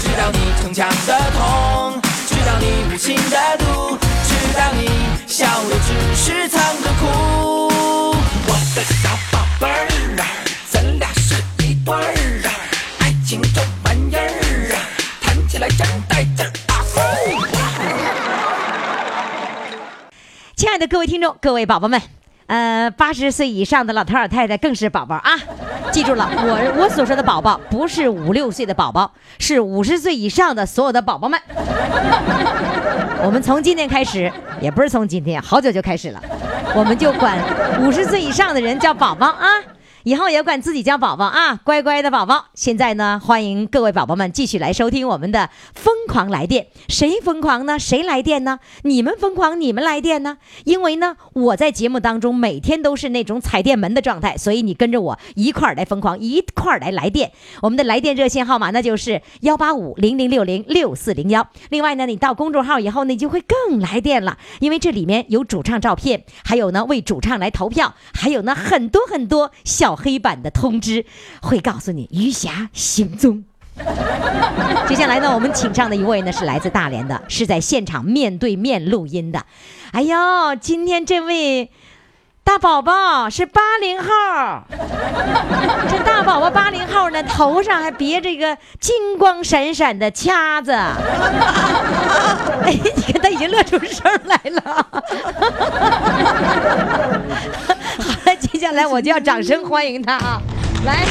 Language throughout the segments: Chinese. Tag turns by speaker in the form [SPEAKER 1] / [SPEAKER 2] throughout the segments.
[SPEAKER 1] 知道你逞强的痛，知道你无情的毒，知道你笑的只是藏着哭。我的小宝贝儿啊，咱俩是一对儿啊，爱情这玩意儿啊，谈起来真带劲儿啊！呼
[SPEAKER 2] 亲爱的各位听众、各位宝宝们，呃，八十岁以上的老头老太太更是宝宝啊！记住了，我我所说的宝宝不是五六岁的宝宝，是五十岁以上的所有的宝宝们。我们从今天开始，也不是从今天，好久就开始了，我们就管五十岁以上的人叫宝宝啊，以后也管自己叫宝宝啊，乖乖的宝宝。现在呢，欢迎各位宝宝们继续来收听我们的《疯狂来电》，谁疯狂呢？谁来电呢？你们疯狂，你们来电呢？因为呢，我在节目当中每天都是那种踩电门的状态，所以你跟着我一块儿来疯狂，一块儿来来电。我们的来电热线号码那就是幺八五零零六零六四零幺。另外呢，你到公众号以后呢，你就会更来电了，因为这里面有主唱照片，还有呢为主唱来投票，还有呢很多很多小黑板的通知，会告诉你余霞行踪。 接下来呢，我们请上的一位呢是来自大连的，是在现场面对面录音的。哎呦，今天这位大宝宝是八零后，这大宝宝八零后呢，头上还别着一个金光闪闪的掐子。哎，你看他已经乐出声来了。好了，接下来我就要掌声欢迎他啊！来，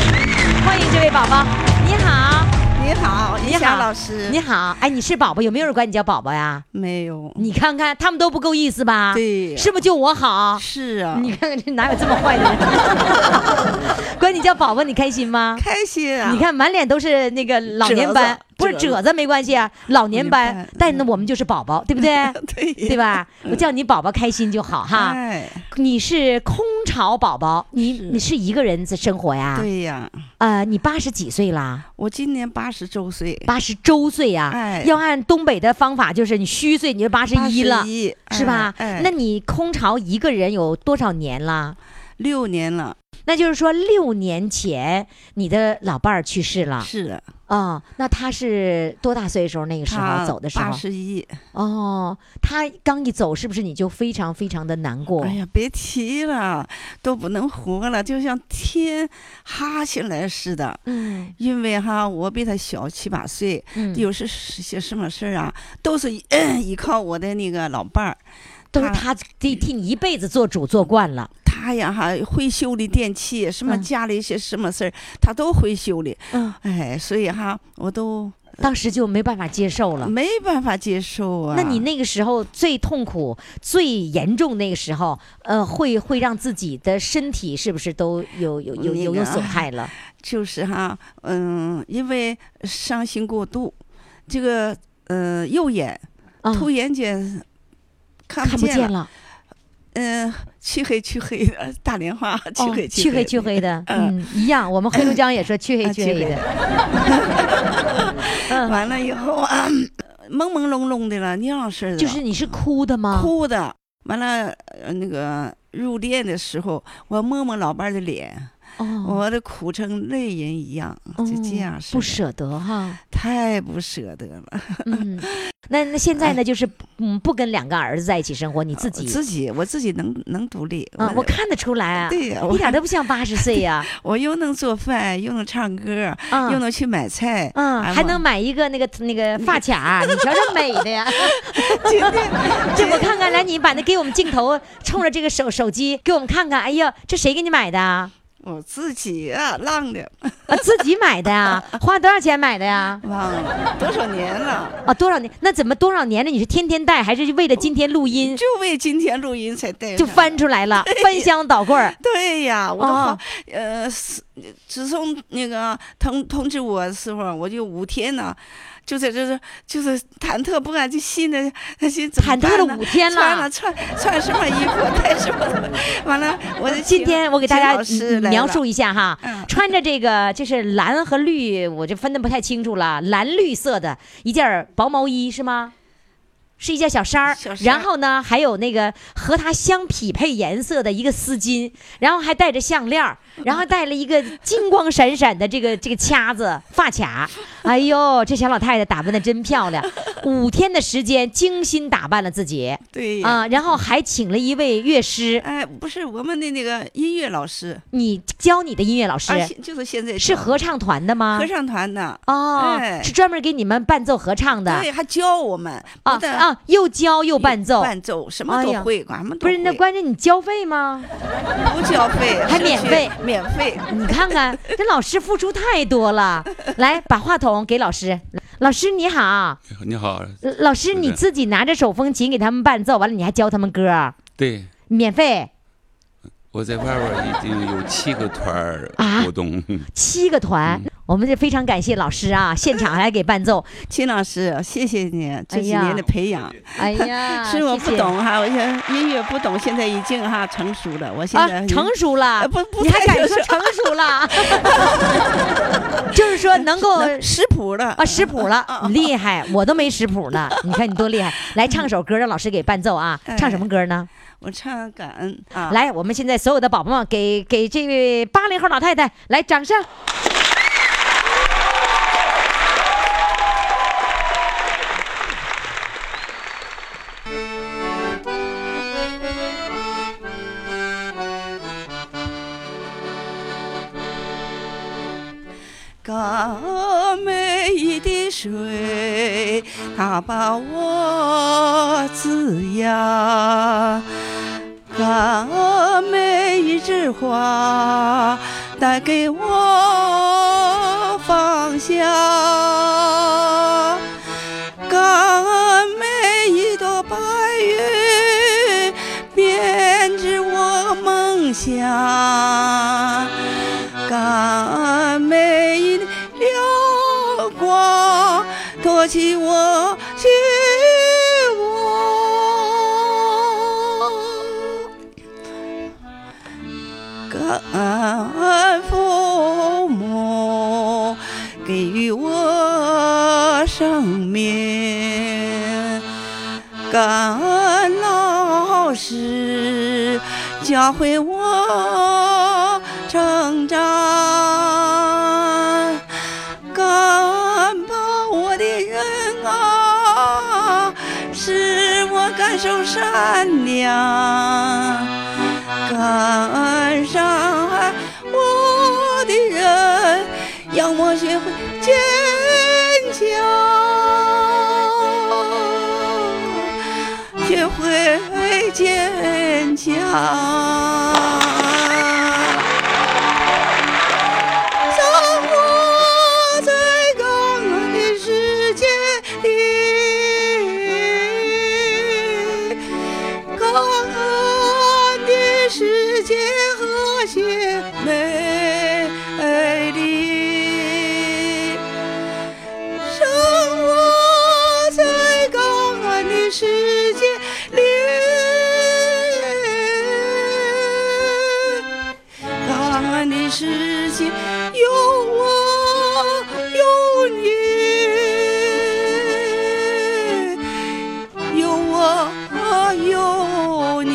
[SPEAKER 2] 欢迎这位宝宝，你好。
[SPEAKER 3] 你好，
[SPEAKER 2] 你
[SPEAKER 3] 李
[SPEAKER 2] 好，
[SPEAKER 3] 霞老师。
[SPEAKER 2] 你好，哎，你是宝宝，有没有人管你叫宝宝呀？
[SPEAKER 3] 没有？
[SPEAKER 2] 你看看，他们都不够意思吧？
[SPEAKER 3] 对呀
[SPEAKER 2] 是不是就我好？
[SPEAKER 3] 是啊，
[SPEAKER 2] 你看看这哪有这么坏的 人？管你叫宝宝，你开心吗？
[SPEAKER 3] 开心啊！
[SPEAKER 2] 你，看满脸都是呃那个老年
[SPEAKER 3] 褶
[SPEAKER 2] 斑
[SPEAKER 3] 子，
[SPEAKER 2] 不是
[SPEAKER 3] 褶
[SPEAKER 2] 褶子没关系啊，老年
[SPEAKER 3] 老年
[SPEAKER 2] 斑
[SPEAKER 3] 斑，
[SPEAKER 2] 但呢我们就是宝宝，对不对？
[SPEAKER 3] 对
[SPEAKER 2] 对吧？我叫你宝宝开心就好哈。
[SPEAKER 3] 哎，
[SPEAKER 2] 你是空巢宝宝，你
[SPEAKER 3] 是
[SPEAKER 2] 你是一个人在生活呀？
[SPEAKER 3] 对哎呀，
[SPEAKER 2] 呃，你八十几岁啦？
[SPEAKER 3] 我今年八十周岁，
[SPEAKER 2] 八十周岁啊呀、
[SPEAKER 3] 哎
[SPEAKER 2] 要按东北的方法，就是你虚岁你就八十一了，
[SPEAKER 3] 81
[SPEAKER 2] 是吧？
[SPEAKER 3] 哎哎
[SPEAKER 2] 那你空巢一个人有多少年了？
[SPEAKER 3] 六年了，
[SPEAKER 2] 那就是说六年前你的老伴儿去世了啊、
[SPEAKER 3] 是啊
[SPEAKER 2] 哦那他是多大岁数？那个时候
[SPEAKER 3] 他
[SPEAKER 2] 走的时候
[SPEAKER 3] 八，十一，
[SPEAKER 2] 哦，他刚一走，是不是你就非常非常的难过？
[SPEAKER 3] 哎呀，别提了，都不能活了，就像天哈下来似的。
[SPEAKER 2] 嗯
[SPEAKER 3] 因为哈，我比他小七八岁，
[SPEAKER 2] 嗯，
[SPEAKER 3] 有时些什么事儿啊，都是依依靠我的那个老伴儿。
[SPEAKER 2] 都是
[SPEAKER 3] 他
[SPEAKER 2] 他替替你一辈子做主做惯了，
[SPEAKER 3] 他呀哈会修理电器，什么
[SPEAKER 2] 嗯
[SPEAKER 3] 家里一些什么事儿，他都会修理。
[SPEAKER 2] 嗯，
[SPEAKER 3] 哎，所以哈，我都
[SPEAKER 2] 当时就没办法接受了。
[SPEAKER 3] 没办法接受啊。
[SPEAKER 2] 那你那个时候最痛苦、最严重那个时候，呃，会会让自己的身体是不是都有有有有
[SPEAKER 3] 那
[SPEAKER 2] 有
[SPEAKER 3] 个
[SPEAKER 2] 损害了？
[SPEAKER 3] 就是哈，嗯，因为伤心过度，这个呃右眼
[SPEAKER 2] 啊，
[SPEAKER 3] 突然间嗯看
[SPEAKER 2] 看不
[SPEAKER 3] 见
[SPEAKER 2] 见
[SPEAKER 3] 了，
[SPEAKER 2] 了，
[SPEAKER 3] 嗯、黢黑黢黑的大连话，黢
[SPEAKER 2] 哦
[SPEAKER 3] 黑
[SPEAKER 2] 黢黑
[SPEAKER 3] 黑
[SPEAKER 2] 黢黑的，
[SPEAKER 3] 嗯
[SPEAKER 2] 嗯，一样。我们黑龙江也说黢黑
[SPEAKER 3] 啊
[SPEAKER 2] 黢黑
[SPEAKER 3] 黢
[SPEAKER 2] 的，
[SPEAKER 3] 的。完了以后啊，朦朦胧胧的了，那样似的，
[SPEAKER 2] 就是你是哭的吗？
[SPEAKER 3] 哭的。完了，呃那个入殓的时候，我摸摸老伴儿的脸，
[SPEAKER 2] 哦，
[SPEAKER 3] 我的哭成泪人一样，就这样
[SPEAKER 2] 嗯
[SPEAKER 3] 似的，
[SPEAKER 2] 不舍得哈。
[SPEAKER 3] 太不舍得了。
[SPEAKER 2] 嗯，那那现在呢，就是嗯，不跟两个儿子在一起生活，你自己
[SPEAKER 3] 自己，哎啊我自己能能独立。
[SPEAKER 2] 啊，我看得出来啊，
[SPEAKER 3] 对呀，
[SPEAKER 2] 一
[SPEAKER 3] 我
[SPEAKER 2] 点都不像八十岁 呀，
[SPEAKER 3] 我又能做饭，又能唱歌，
[SPEAKER 2] 啊
[SPEAKER 3] 又。能去买菜。
[SPEAKER 2] 嗯，
[SPEAKER 3] 哎
[SPEAKER 2] 还
[SPEAKER 3] 我
[SPEAKER 2] 能买一个那个那个发卡，你瞧这美的呀！
[SPEAKER 3] 今天
[SPEAKER 2] 这我看看，来，你把那给我们镜头，冲着这个手手机给我们看看。哎呀，这谁给你买的啊？
[SPEAKER 3] 我自己啊，浪的
[SPEAKER 2] 啊，自己买的呀、花多少钱买的呀、
[SPEAKER 3] 忘
[SPEAKER 2] 哦
[SPEAKER 3] 了 多少年了，
[SPEAKER 2] 啊？多少年？那怎么多少年了？你是天天带，还是为了今天录音
[SPEAKER 3] 就为今天录音才带
[SPEAKER 2] 就
[SPEAKER 3] 上
[SPEAKER 2] 翻。出来了，翻箱倒柜儿？
[SPEAKER 3] 对呀，我都
[SPEAKER 2] 哦
[SPEAKER 3] 好，呃，四
[SPEAKER 4] 自从那个通通知我的时候，我就五天呢，就在这是就是忐忑不安，就心里心怎么
[SPEAKER 2] 忐忑
[SPEAKER 4] 办
[SPEAKER 2] 了
[SPEAKER 4] 呢
[SPEAKER 2] 五天
[SPEAKER 4] 穿
[SPEAKER 2] 了
[SPEAKER 4] 了穿穿什么衣 服，带什么的，完了我 就
[SPEAKER 2] 今天我给大家嗯描述
[SPEAKER 4] 一
[SPEAKER 2] 一下哈，
[SPEAKER 4] 嗯
[SPEAKER 2] 穿着这个就是蓝和绿，我就分的不太清楚了，蓝绿色的一件薄毛衣是吗？是一件小衫儿
[SPEAKER 4] 小，衫儿
[SPEAKER 2] 然后呢，还有那个和它相匹配颜色的一个丝巾，然后还带着项链儿，
[SPEAKER 4] 嗯
[SPEAKER 2] 然后带了一个金光闪闪的这个这个卡子发卡。哎呦，这小老太太打扮的真漂亮，五天的时间精心打扮了自己
[SPEAKER 4] 对哎呀，
[SPEAKER 2] 啊、然后还请了一位乐师，
[SPEAKER 4] 哎，不是我们的那个音乐老师，
[SPEAKER 2] 你教你的音乐老师
[SPEAKER 4] 而且就是现在
[SPEAKER 2] 是
[SPEAKER 4] 教
[SPEAKER 2] 合唱团的吗？
[SPEAKER 4] 合唱团的，
[SPEAKER 2] 哦，
[SPEAKER 4] 哎
[SPEAKER 2] 是专门给你们伴奏合唱的
[SPEAKER 4] 对，还教我们
[SPEAKER 2] 啊
[SPEAKER 4] 不但
[SPEAKER 2] 啊，又教又伴奏，
[SPEAKER 4] 伴奏什么
[SPEAKER 2] 哎
[SPEAKER 4] 都
[SPEAKER 2] 呀
[SPEAKER 4] 会，俺们都
[SPEAKER 2] 不是那
[SPEAKER 4] 会
[SPEAKER 2] 关键你交费 吗？
[SPEAKER 4] 不交费，
[SPEAKER 2] 还
[SPEAKER 4] 是
[SPEAKER 2] 免
[SPEAKER 4] 去
[SPEAKER 2] 费嗯
[SPEAKER 4] 免费。
[SPEAKER 2] 你看看这老师付出太多 了，来把话筒给老师，老师你好，
[SPEAKER 5] 你好，
[SPEAKER 2] 呃老师
[SPEAKER 5] 是
[SPEAKER 2] 你自己拿着手风琴给他们伴奏，完了你还教他们歌，
[SPEAKER 5] 对
[SPEAKER 2] 免费
[SPEAKER 5] 我在外边儿已经有七个团儿
[SPEAKER 2] 啊
[SPEAKER 5] 活动，
[SPEAKER 2] 七个团，我们这非常感谢老师啊，现场还给伴 奏，
[SPEAKER 4] 秦老师，谢谢你这几
[SPEAKER 2] 哎呀
[SPEAKER 4] 年的培养。
[SPEAKER 2] 哎 呀，
[SPEAKER 4] 虽然我
[SPEAKER 2] 谢谢
[SPEAKER 4] 不懂哈，我现在音乐不懂，现在已经哈成熟了。我现在
[SPEAKER 2] 啊，成熟了，
[SPEAKER 4] 呃不不
[SPEAKER 2] 你还
[SPEAKER 4] 太
[SPEAKER 2] 敢
[SPEAKER 4] 成
[SPEAKER 2] 说
[SPEAKER 4] 熟
[SPEAKER 2] 成熟 了？就是说能够
[SPEAKER 4] 那识谱了
[SPEAKER 2] 啊识谱了，厉害，我都没识谱 呢。你看你多厉害！来唱首歌，让老师给伴奏啊。唱什么歌呢？
[SPEAKER 4] 我唱感恩哎啊，
[SPEAKER 2] 来，我们现在所有的宝宝们给给这位八零后老太太来掌声。
[SPEAKER 4] 高美一滴水，它把我滋养；高美一枝花，带给我芳香。甘美一朵白云，编织我梦想；甘美一辽光，托起我希望。感恩父母给予我生命，感恩老师教会我成长，感恩把我的人啊，使我感受善良。感恩伤害我的人，让我学会坚强，学会坚强。生活在刚刚的世界里，刚刚的世界和谐美丽。生活在刚刚的世界里。港湾的世界有我有你，有我有你。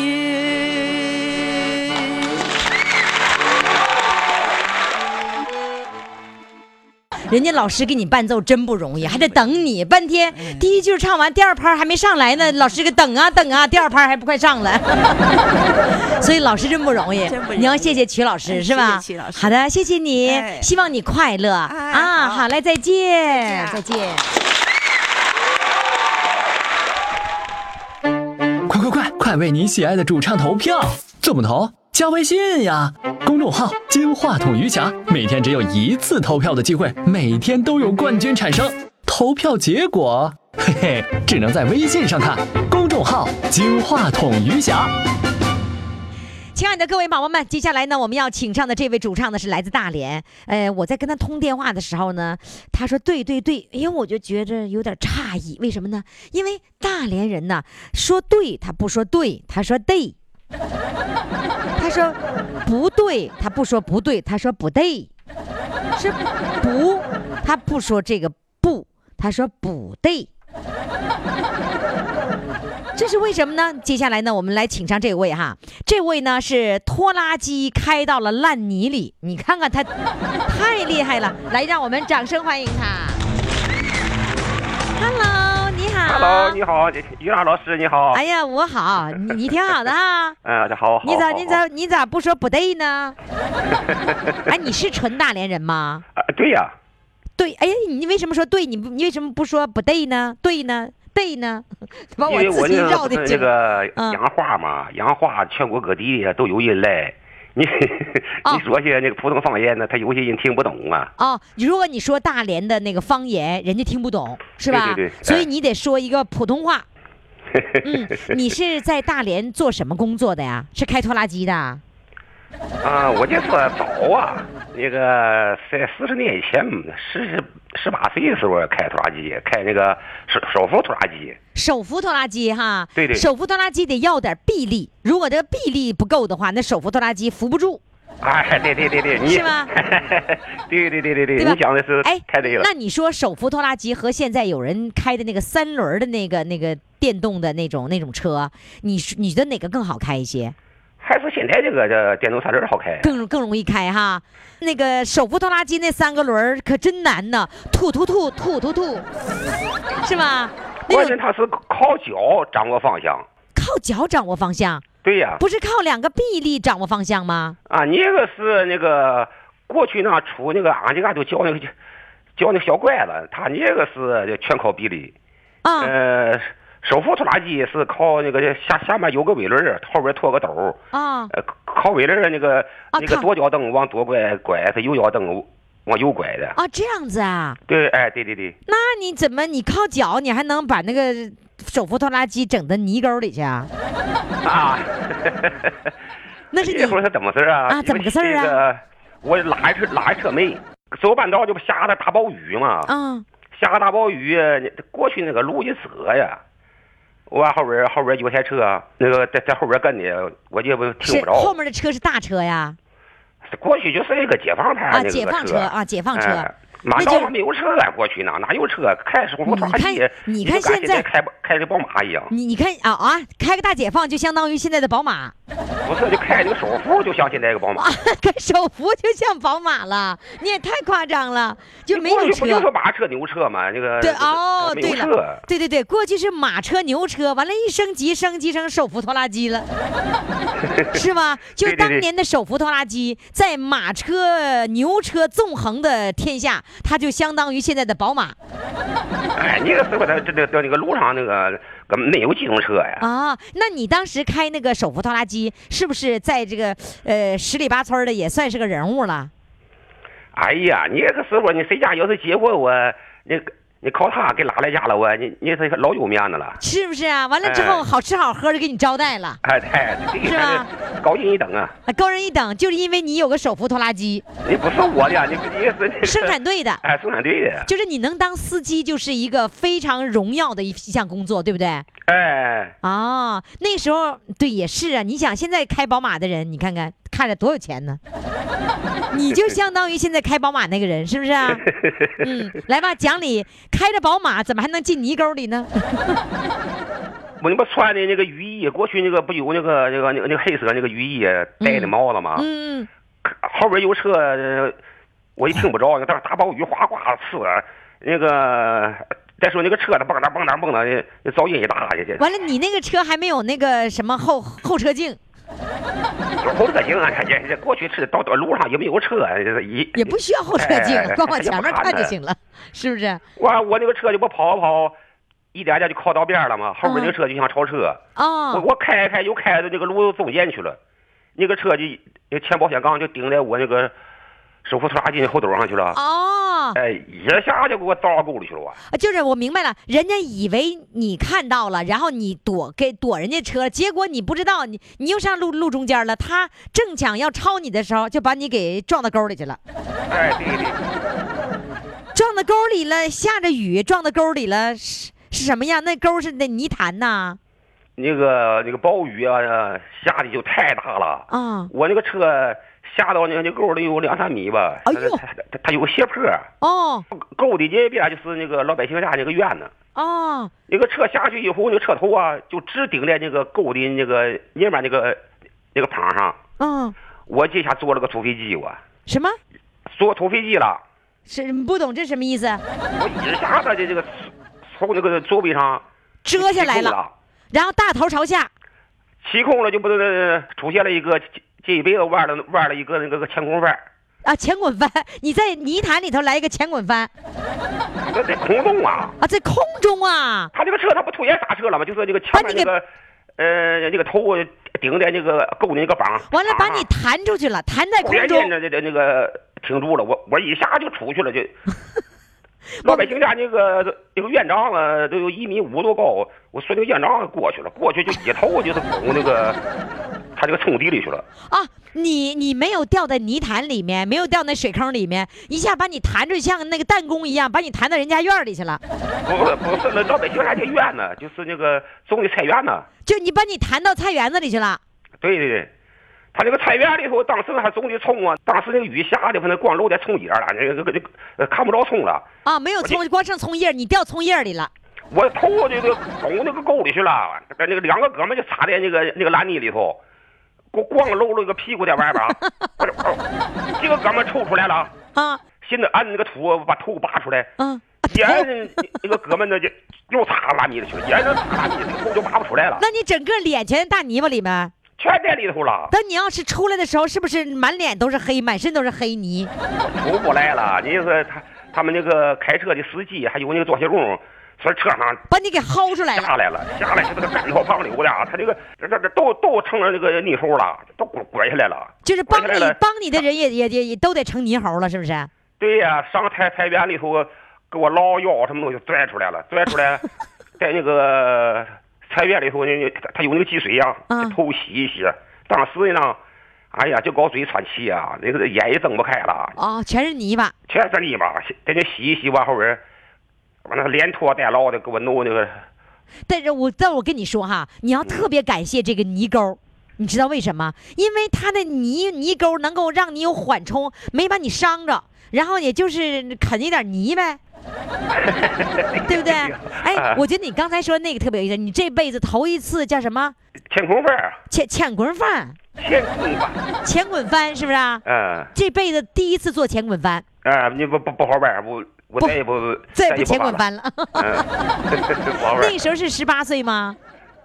[SPEAKER 2] 人家老师给你伴奏真不容易，还得等你半天。
[SPEAKER 4] 哎
[SPEAKER 2] 第一句唱完，第二拍还没上来呢，老师给等啊等啊，第二拍还不快上来。 所以老师真不容易
[SPEAKER 4] 真不，容易
[SPEAKER 2] 你要谢谢曲老师
[SPEAKER 4] 哎
[SPEAKER 2] 是吧？
[SPEAKER 4] 谢谢曲老师
[SPEAKER 2] 好的，谢谢你，
[SPEAKER 4] 哎
[SPEAKER 2] 希望你快乐
[SPEAKER 4] 哎
[SPEAKER 2] 啊！
[SPEAKER 4] 好啊
[SPEAKER 2] 好嘞，再见，再
[SPEAKER 4] 再
[SPEAKER 2] 见。
[SPEAKER 6] 快快快，快为你喜爱的主唱投票！怎么投？加微信呀，公众号“金话筒余霞”，每天只有一次投票的机会，每天都有冠军产生。投票结果，嘿嘿，只能在微信上看。公众号“金话筒余霞”。
[SPEAKER 2] 亲爱的各位宝宝们，接下来呢，我们要请上的这位主唱呢是来自大连。呃，我在跟他通电话的时候呢，他说对对对，因为我就觉着有点诧异，为什么呢？因为大连人呢说对他不说对，他说对，他说不对，他不说不对，他说不对，是不，他不说这个不，他说不对。这是为什么呢？接下来呢，我们来请上这位哈，这位呢是拖拉机开到了烂泥里，你看看他太厉害了，来，让我们掌声欢迎他。Hello，你好。
[SPEAKER 7] Hello，你好，于老师，你好。
[SPEAKER 2] 哎呀，我好，你你挺好的哈。
[SPEAKER 7] 嗯，大家好。好
[SPEAKER 2] 你咋
[SPEAKER 7] 好
[SPEAKER 2] 你
[SPEAKER 7] 好
[SPEAKER 2] 咋你咋不说不对 呢？哎，你是纯大连人吗？
[SPEAKER 7] 啊？对呀，
[SPEAKER 2] 对，哎呀，你为什么说对？你不你为什么不说不对呢？对呢？对呢？ 把
[SPEAKER 7] 因
[SPEAKER 2] 我
[SPEAKER 7] 为
[SPEAKER 2] 自
[SPEAKER 7] 我
[SPEAKER 2] 己
[SPEAKER 7] 那
[SPEAKER 2] 绕
[SPEAKER 7] 个
[SPEAKER 2] 进
[SPEAKER 7] 不
[SPEAKER 2] 去
[SPEAKER 7] 是那
[SPEAKER 2] 了。
[SPEAKER 7] 个
[SPEAKER 2] 嗯
[SPEAKER 7] 洋话嘛，洋话全国各地都有人来。 你
[SPEAKER 2] 哦
[SPEAKER 7] 你说些那个普通方言呢，他有些人听不懂啊。
[SPEAKER 2] 哦，如果你说大连的那个方言，人家听不懂，是吧？
[SPEAKER 7] 对对对
[SPEAKER 2] 所以
[SPEAKER 7] 哎
[SPEAKER 2] 你得说一个普通话。 嗯，你是在大连做什么工作的呀？是开拖拉机的啊？
[SPEAKER 7] 啊，我这次早 啊，那个在四十年以前，十十八岁的时候开拖拉机，开那个手手扶拖拉机。
[SPEAKER 2] 手扶拖拉机哈，
[SPEAKER 7] 对对
[SPEAKER 2] 手扶拖拉机得要点臂力，如果这个臂力不够的话，那手扶拖拉机扶不住，
[SPEAKER 7] 哎，对对对对，你
[SPEAKER 2] 是吗？
[SPEAKER 7] 对对对对对，
[SPEAKER 2] 对吧？
[SPEAKER 7] 你讲的是
[SPEAKER 2] 哎，
[SPEAKER 7] 太对了。
[SPEAKER 2] 那你说手扶拖拉机和现在有人开的那个三轮儿的那个那个电动的那种那种车，你是你觉得哪个更好开一
[SPEAKER 7] 哎
[SPEAKER 2] 些？
[SPEAKER 7] 还是现在这个这电动三轮好开。
[SPEAKER 2] 更更容易开哈。那个手扶拖拉机那三个轮儿可真难呢，吐吐吐吐吐 吐，是吧？那
[SPEAKER 7] 关
[SPEAKER 2] 种
[SPEAKER 7] 键它是靠脚掌握方向。
[SPEAKER 2] 靠脚掌握方向，
[SPEAKER 7] 对呀、
[SPEAKER 2] 不是靠两个臂力掌握方向吗？
[SPEAKER 7] 啊，你那个是那个过去那出那个俺家都叫那个叫那个小拐子，他那个是全靠臂力。
[SPEAKER 2] 啊、
[SPEAKER 7] 呃，手扶拖拉机是靠那个下下面有个尾轮儿，后边拖个斗儿，
[SPEAKER 2] 啊，
[SPEAKER 7] 呃，靠尾轮儿那个、
[SPEAKER 2] 啊
[SPEAKER 7] 那
[SPEAKER 2] 靠
[SPEAKER 7] 个左脚蹬往左拐拐，是右脚蹬往右拐的。
[SPEAKER 2] 啊，这样子啊？
[SPEAKER 7] 对，哎，对 对对，
[SPEAKER 2] 那你怎么你靠脚，你还能把那个手扶拖拉机整到泥沟里去啊？
[SPEAKER 7] 啊，
[SPEAKER 2] 那是你
[SPEAKER 7] 这会儿是怎么回事啊？
[SPEAKER 2] 啊怎么个事儿啊
[SPEAKER 7] 这个我拉一车拉一车煤，走半道就不下的大暴雨嘛。
[SPEAKER 2] 啊
[SPEAKER 7] 下个大暴雨，过去那个路一折呀，我往后边后边有台车，啊那个在在后边跟的，我就不听
[SPEAKER 2] 是
[SPEAKER 7] 不
[SPEAKER 2] 后
[SPEAKER 7] 着。
[SPEAKER 2] 面的车是大车呀？
[SPEAKER 7] 过去就是一个解放牌
[SPEAKER 2] 啊，
[SPEAKER 7] 那个
[SPEAKER 2] 解放
[SPEAKER 7] 车
[SPEAKER 2] 车啊，解放车。
[SPEAKER 7] 哎马
[SPEAKER 2] 那
[SPEAKER 7] 道
[SPEAKER 2] 就
[SPEAKER 7] 上没有车啊，过去呢哪有车？开什么拖拉
[SPEAKER 2] 你
[SPEAKER 7] 机
[SPEAKER 2] 看？你看
[SPEAKER 7] 就跟
[SPEAKER 2] 现在
[SPEAKER 7] 在开开的宝马一样，
[SPEAKER 2] 你你看啊啊，开个大解放就相当于现在的宝马。
[SPEAKER 7] 不是就开那个手扶，就像现在一个宝马。
[SPEAKER 2] 啊，跟手扶就像宝马了，你也太夸张了，就没
[SPEAKER 7] 过
[SPEAKER 2] 有
[SPEAKER 7] 去不就
[SPEAKER 2] 车
[SPEAKER 7] 说。马车牛车嘛？那个
[SPEAKER 2] 对
[SPEAKER 7] 就是
[SPEAKER 2] 哦，
[SPEAKER 7] 没有
[SPEAKER 2] 对
[SPEAKER 7] 车
[SPEAKER 2] 了，对对对，过去是马车、牛车，完了，一升级升级成手扶拖拉 机了，是吗？就是
[SPEAKER 7] 对对对
[SPEAKER 2] 当年的手扶拖拉机，在马车、牛车纵横的天下，它就相当于现在的宝马
[SPEAKER 7] 哎，那个时候在这这这那个路上那个根本没有机动车呀。
[SPEAKER 2] 啊。那你当时开那个手扶拖拉机，是不是在这个呃十里八村儿的也算是个人物了？
[SPEAKER 7] 哎呀，你这个时候，你谁家要是结过我，你你靠他给拉来家了我，你你是老有面子了。
[SPEAKER 2] 是不是啊？完了之后，
[SPEAKER 7] 哎
[SPEAKER 2] 好吃好喝的给你招待了。
[SPEAKER 7] 哎， 对，这
[SPEAKER 2] 是
[SPEAKER 7] 个
[SPEAKER 2] 吧
[SPEAKER 7] 还是高人一等啊！
[SPEAKER 2] 啊，高人一等，就是因为你有个手扶拖拉机，
[SPEAKER 7] 你不是我的，你你也是那个
[SPEAKER 2] 生产队的，
[SPEAKER 7] 哎生产队的，
[SPEAKER 2] 就是你能当司机，就是一个非常荣耀的一一项工作，对不对？
[SPEAKER 7] 哎，
[SPEAKER 2] 啊，那时候对也是啊，你想现在开宝马的人，你看看看着多有钱 呢，你就相当于现在开宝马那个人，是不是啊？ 嗯，来吧，讲理，开着宝马怎么还能进泥沟里呢？
[SPEAKER 7] 我那不穿的那个雨衣，过去那个不有那个那个那个那个黑色那个雨衣，戴的帽子吗？
[SPEAKER 2] 嗯，
[SPEAKER 7] 后边有车，呃我一听不着，那大大暴雨哗哗呲了，那个再说那个车它蹦哒蹦哒蹦哒，那那噪音也大呀，这
[SPEAKER 2] 完了，你那个车还没有那个什么后后车镜，
[SPEAKER 7] 有后车镜啊，这这过去是到到路上也没有车，啊这一
[SPEAKER 2] 也不需要后车镜，
[SPEAKER 7] 哎
[SPEAKER 2] 光往前面看就
[SPEAKER 7] 哎
[SPEAKER 2] 行了，是啊不是？
[SPEAKER 7] 我我那个车就不跑啊跑，一点点就靠到边儿了嘛，后边那
[SPEAKER 2] 嗯
[SPEAKER 7] 个车就想超车，
[SPEAKER 2] 哦，
[SPEAKER 7] 我我开开又开到那个路中间去了，那个车就那前保险杠就顶在我那个手扶拖拉机那后斗上去了，
[SPEAKER 2] 哦，啊、
[SPEAKER 7] 哎，一下就给我砸沟里去了啊！
[SPEAKER 2] 就是我明白了，人家以为你看到了，然后你躲给躲人家车，结果你不知道，你你又上路路中间了。他正想要超你的时候，就把你给撞到沟里去了。
[SPEAKER 7] 哎，对对，
[SPEAKER 2] 撞到沟里了，下着雨撞到沟里了，是是什么样？那沟是那泥潭呐
[SPEAKER 7] 那个那个暴雨啊，呃下的就太大了。
[SPEAKER 2] 啊！
[SPEAKER 7] 我那个车下到那个那沟里有两三米吧，
[SPEAKER 2] 哎
[SPEAKER 7] 它
[SPEAKER 2] 呦
[SPEAKER 7] 它它它有个斜坡，
[SPEAKER 2] 哦
[SPEAKER 7] 沟的这边就是那个老百姓家那个院子。
[SPEAKER 2] 哦，
[SPEAKER 7] 那个车下去以后，那个车头啊就直顶在那个沟的那个那边那个那个旁上。
[SPEAKER 2] 嗯，
[SPEAKER 7] 我这下坐了个土飞机，我
[SPEAKER 2] 什么？
[SPEAKER 7] 坐土飞机了，
[SPEAKER 2] 是不懂这什么意思？
[SPEAKER 7] 我一下子就这个从那个座位上
[SPEAKER 2] 遮下来
[SPEAKER 7] 起空
[SPEAKER 2] 了，然后大头朝下，
[SPEAKER 7] 起空了就不是出现了一个这这一辈子弯了弯了一个那个前空翻，
[SPEAKER 2] 啊，前滚翻！你在泥潭里头来一个前滚翻
[SPEAKER 7] 这在空中啊，
[SPEAKER 2] 啊，在空中啊！
[SPEAKER 7] 他这个车他不突然刹车了吗？就是那个前面那个呃那个头顶在那个沟的那个绑，
[SPEAKER 2] 完了把你
[SPEAKER 7] 啊
[SPEAKER 2] 弹出去了，弹在
[SPEAKER 7] 突
[SPEAKER 2] 空
[SPEAKER 7] 然
[SPEAKER 2] 中
[SPEAKER 7] 间。呢这这那个停住了，我我一下就出 去了就。老百姓家那个那个院长啊，都有一米五多高，我顺那个院长啊过去了，过去就一头啊就是拱那个他这个冲地里去了。
[SPEAKER 2] 啊，你你没有掉在泥潭里面，没有掉那水坑里面，一下把你弹出去，像那个弹弓一样，把你弹到人家院儿里去了。
[SPEAKER 7] 不是不是，那老百姓家这院呢，就是那个种的菜园呢。
[SPEAKER 2] 就你把你弹到菜园子里去了。
[SPEAKER 7] 对对对，他那个菜园里头，当时还种的葱啊，当时那个雨下的，反正光露在葱叶了，那个那个呃看不着葱了。
[SPEAKER 2] 啊，没有
[SPEAKER 7] 我这
[SPEAKER 2] 葱，光剩葱叶儿，你掉葱叶儿里了。
[SPEAKER 7] 我头发就这个拱那个沟里去了，那个两个哥们就插在那个那个烂泥里头，光光露了个屁股在外边啊。我这哦几个哥们抽出来了，
[SPEAKER 2] 啊，
[SPEAKER 7] 寻思按那个土把头拔出来，
[SPEAKER 2] 嗯，
[SPEAKER 7] 也按那个哥们呢就又插烂泥里去了，也是插烂泥里，头就拔不 出来了，
[SPEAKER 2] 那你整个脸全是大泥巴里面。
[SPEAKER 7] 全在里头了。
[SPEAKER 2] 等你要是出来的时候，是不是满脸都是黑，满身都是黑泥？
[SPEAKER 7] 出不来了。你说他他们那个开车的司机，还有那个装修工，从车上
[SPEAKER 2] 把你给薅出 来了。
[SPEAKER 7] 下来了，下来是这个干头胖溜的啊，他这个这这这都都成了这个泥猴了，都滚滚下来了。
[SPEAKER 2] 就是帮
[SPEAKER 7] 滚
[SPEAKER 2] 你
[SPEAKER 7] 下来了
[SPEAKER 2] 帮你的人也也也也都得成泥猴了，是不是？
[SPEAKER 7] 对呀、上菜菜园里头给我捞药什么东西拽出来了，拽 出来，在那个菜园里头呢，他他有那个积水呀、
[SPEAKER 2] 嗯
[SPEAKER 7] 就头洗一洗。当时呢，哎呀，就搞嘴喘气啊，那个眼也睁不开了，
[SPEAKER 2] 哦，全是泥巴。
[SPEAKER 7] 全是泥巴，在那洗一洗完后人，完了连拖带捞的给我弄那个。
[SPEAKER 2] 但是我但我跟你说哈，你要特别感谢这个泥沟。你知道为什么？因为它的泥泥沟能够让你有缓冲，没把你伤着，然后也就是啃一点泥 呗，对不对？哎，我觉得你刚才说那个特别有意思，你这辈子头一次叫什么？
[SPEAKER 7] 天空饭，
[SPEAKER 2] 前前滚翻，
[SPEAKER 7] 天空饭，
[SPEAKER 2] 前滚翻是不是、啊？
[SPEAKER 7] 嗯
[SPEAKER 2] 这辈子第一次做前滚翻，
[SPEAKER 7] 啊，你不不不好办，我我
[SPEAKER 2] 不
[SPEAKER 7] 再也不
[SPEAKER 2] 再也
[SPEAKER 7] 也
[SPEAKER 2] 不前滚
[SPEAKER 7] 办了，
[SPEAKER 2] 翻了。
[SPEAKER 7] 嗯， 不好办
[SPEAKER 2] 那。个时候是十八岁吗？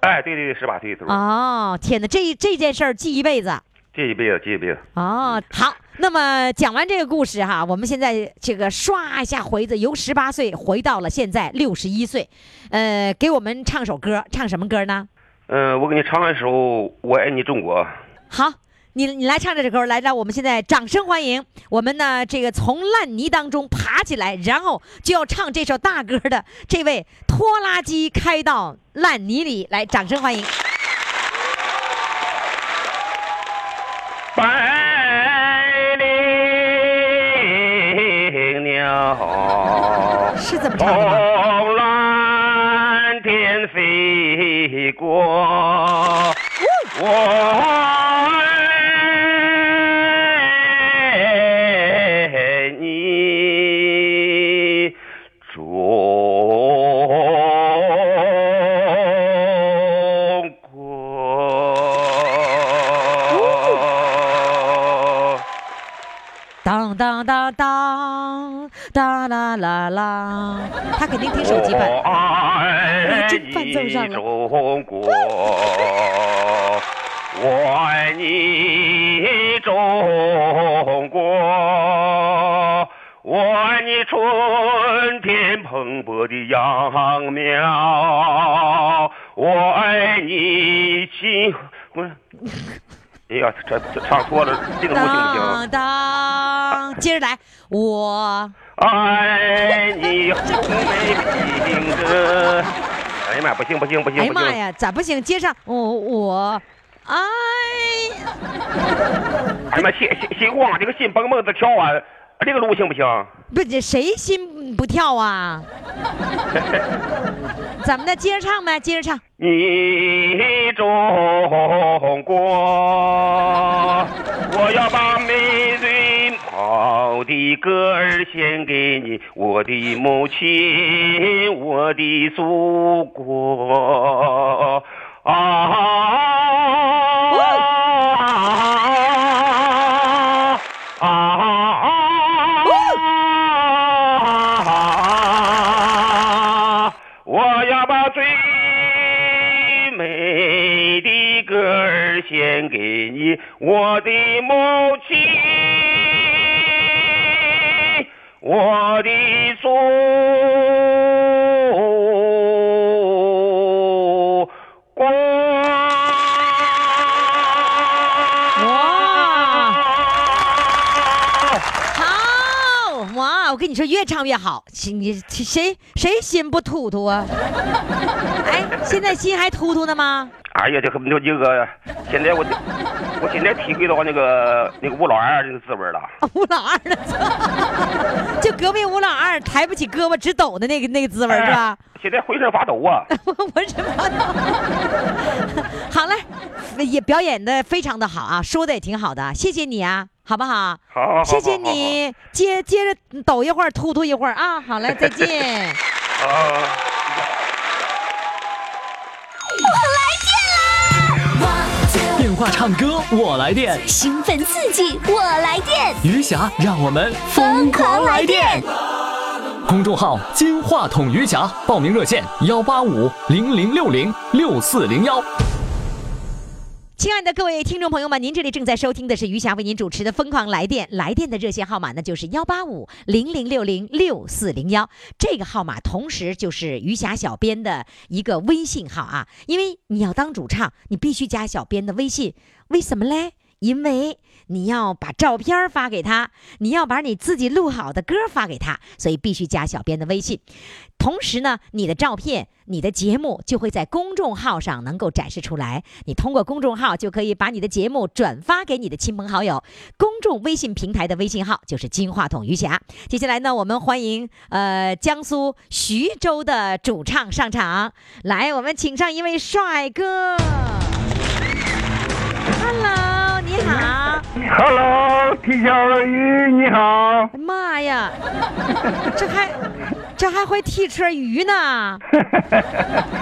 [SPEAKER 7] 哎，对对对，十八岁的时候，
[SPEAKER 2] 哦，天哪，这这件事儿记一辈子。
[SPEAKER 7] 这一辈子，这一辈子，
[SPEAKER 2] 哦，好，那么讲完这个故事哈，我们现在这个唰一下回子，由十八岁回到了现在六十一岁，呃，给我们唱首歌，唱什么歌呢？
[SPEAKER 7] 嗯，我给你唱一首《我爱你中国》。
[SPEAKER 2] 好，你你来唱这首歌，来，让我们现在掌声欢迎我们呢这个从烂泥当中爬起来，然后就要唱这首大歌的这位拖拉机开到烂泥里，来，掌声欢迎。
[SPEAKER 7] 百灵鸟
[SPEAKER 2] 是这么唱的吗？
[SPEAKER 7] 从蓝天飞过，我爱你中国。
[SPEAKER 2] 当当当当当啦啦啦，他肯定听手机版。
[SPEAKER 7] 我爱
[SPEAKER 2] 这伴奏上
[SPEAKER 7] 你
[SPEAKER 2] 了
[SPEAKER 7] 中国，我爱你中国，我爱你春天蓬勃的秧苗，我爱你金不是。哎呀，啊这这唱错了，这个不行不行？
[SPEAKER 2] 当当，接着来，我
[SPEAKER 7] 爱哎你红梅品格。哎呀妈呀，不行不行不行
[SPEAKER 2] 哎呀
[SPEAKER 7] 不
[SPEAKER 2] 妈
[SPEAKER 7] 行！
[SPEAKER 2] 呀，咋不行？接上我我，哎，
[SPEAKER 7] 哎呀妈，心心心慌，这个心蹦蹦的跳啊，这个路行不行？
[SPEAKER 2] 不，这谁心不跳啊？ 怎么的？接着唱呗，接着唱。
[SPEAKER 7] 你中国，我要把每最好的歌儿献给你，我的母亲，我的祖国啊！啊啊啊！我要把最美的歌儿献给你，我的母亲，我的祖国。
[SPEAKER 2] 哇，好哇！我跟你说，越唱越好。谁你谁谁心不突突啊？ 哎，现在心还突突呢吗？
[SPEAKER 7] 哎呀，这可不就这个，现在我这我现在体会到那个 那个吴老二那个滋味了。
[SPEAKER 2] 哦吴老二的， 就隔壁吴老二抬不起胳膊直抖的那个那个滋味儿是吧？
[SPEAKER 7] 哎现在浑身发抖啊！
[SPEAKER 2] 我 我什么？ 好嘞，也表演的非常的好啊，说的也挺好的，谢谢你啊，好不好？
[SPEAKER 7] 好好好
[SPEAKER 2] 谢谢你，接接着抖一会儿，突突一会儿啊，好嘞，再见。
[SPEAKER 7] 好好好好
[SPEAKER 6] 电话唱歌我来电，
[SPEAKER 8] 兴奋刺激，我来电！
[SPEAKER 6] 余霞让我们疯狂来电。公众号“金话筒余霞”，报名热线：幺八五零零六零六四零幺。
[SPEAKER 2] 亲爱的各位听众朋友们，您这里正在收听的是余霞为您主持的《疯狂来电》，来电的热线号码呢就是幺八五零零六零六四零幺，这个号码同时就是余霞小编的一个微信号啊，因为你要当主唱，你必须加小编的微信，为什么嘞？因为你要把照片儿发给他，你要把你自己录好的歌儿发给他，所以必须加小编的微信。同时呢，你的照片、你的节目就会在公众号上能够展示出来。你通过公众号就可以把你的节目转发给你的亲朋好友。公众微信平台的微信号就是金话筒余霞。接下来呢，我们欢迎呃江苏徐州的主唱上场。来，我们请上一位帅哥。Hello，你好。
[SPEAKER 9] Hello，皮小鱼，你好。
[SPEAKER 2] 妈呀，这还这还会踢车鱼呢，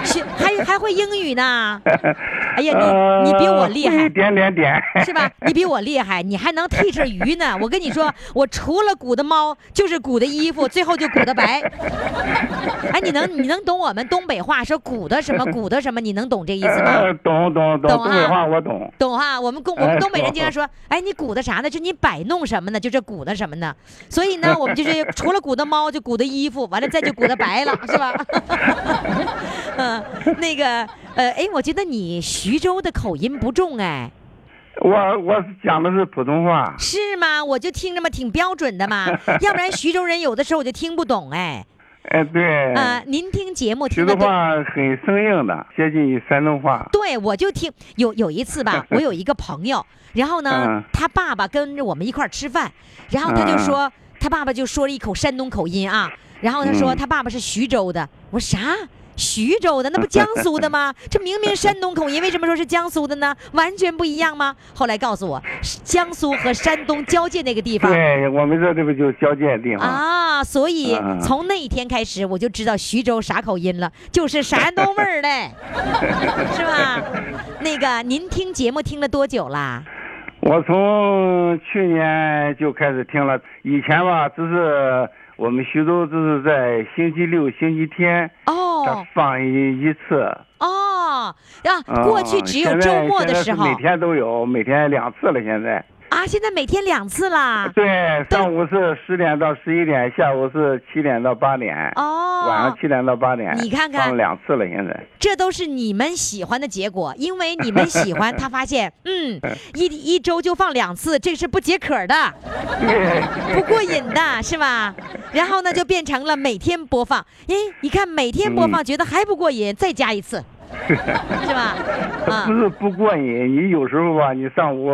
[SPEAKER 2] 学还还会英语 呢。 哎呀，
[SPEAKER 9] 呃
[SPEAKER 2] 你你比我厉
[SPEAKER 9] 会一
[SPEAKER 2] 害。
[SPEAKER 9] 点点点。
[SPEAKER 2] 是吧？你比我厉害，你还能踢着鱼 呢！我跟你说，我除了鼓的猫，就是鼓的衣服，最后就鼓的白。哎，你能你能懂我们东北话说鼓的什么鼓的什么？你能懂这意思吗？
[SPEAKER 9] 呃，懂 懂懂，
[SPEAKER 2] 懂啊
[SPEAKER 9] 东北话我懂。
[SPEAKER 2] 懂哈、我们东我们
[SPEAKER 9] 哎
[SPEAKER 2] 东北人经常说，哎，你鼓捣啥呢？就你摆弄什么呢？就这鼓捣什么呢？所以呢，我们就是除了鼓捣猫，就鼓捣衣服，完了再就鼓捣白了，是吧？ 嗯，那个呃，哎，我觉得你徐州的口音不重，哎，
[SPEAKER 9] 我我讲的是普通话。
[SPEAKER 2] 是吗？我就听着嘛，挺标准的 嘛，要不然徐州人有的时候我就听不懂，哎，
[SPEAKER 9] 哎，对，
[SPEAKER 2] 啊、您听节目
[SPEAKER 9] 徐
[SPEAKER 2] 听
[SPEAKER 9] 州
[SPEAKER 2] 得对。啊
[SPEAKER 9] 话很生硬的，接近于山东话。
[SPEAKER 2] 对，我就听有有一次 吧，我有一个朋友，然后呢，
[SPEAKER 9] 嗯
[SPEAKER 2] 他爸爸跟着我们一块儿吃饭，然后他就说，
[SPEAKER 9] 嗯
[SPEAKER 2] 他爸爸就说了一口山东口音啊，然后他说、
[SPEAKER 9] 嗯
[SPEAKER 2] 他爸爸是徐州的，我说啥？徐州的那不江苏的吗？这明明山东口音，为什么说是江苏的呢？完全不一样吗？后来告诉我，是江苏和山东交界那个地方
[SPEAKER 9] 对，我们这这不就是交界的地方？
[SPEAKER 2] 啊，所以
[SPEAKER 9] 嗯嗯
[SPEAKER 2] 从那一天开始，我就知道徐州啥口音了，就是山东味儿 嘞，是吧？那个，您听节目听了多久啦？
[SPEAKER 9] 我从去年就开始听了，以前吧，只是我们徐州只是在星期六、星期天
[SPEAKER 2] 哦
[SPEAKER 9] 放一一次。
[SPEAKER 2] 哦，啊，
[SPEAKER 9] 啊
[SPEAKER 2] 过去只有
[SPEAKER 9] 现在
[SPEAKER 2] 周末的
[SPEAKER 9] 现在
[SPEAKER 2] 时
[SPEAKER 9] 是
[SPEAKER 2] 候
[SPEAKER 9] 每天都有，每天两次了。现在
[SPEAKER 2] 啊，现在每天两次啦。
[SPEAKER 9] 对，上午是十点到十一点，下午是七点到八点。
[SPEAKER 2] 哦，
[SPEAKER 9] 晚上七点到八点，
[SPEAKER 2] 你看看
[SPEAKER 9] 上两次了，现在
[SPEAKER 2] 这都是你们喜欢的结果，因为你们喜欢，他发现， 嗯，一一周就放两次，这是不解渴的， 不 过瘾的，是吧？然后呢，就变成了每天播放，哎，一看每天播放，觉得还不过瘾，再加一次，是吧？啊
[SPEAKER 9] 不，是不过瘾，你有时候吧，你上午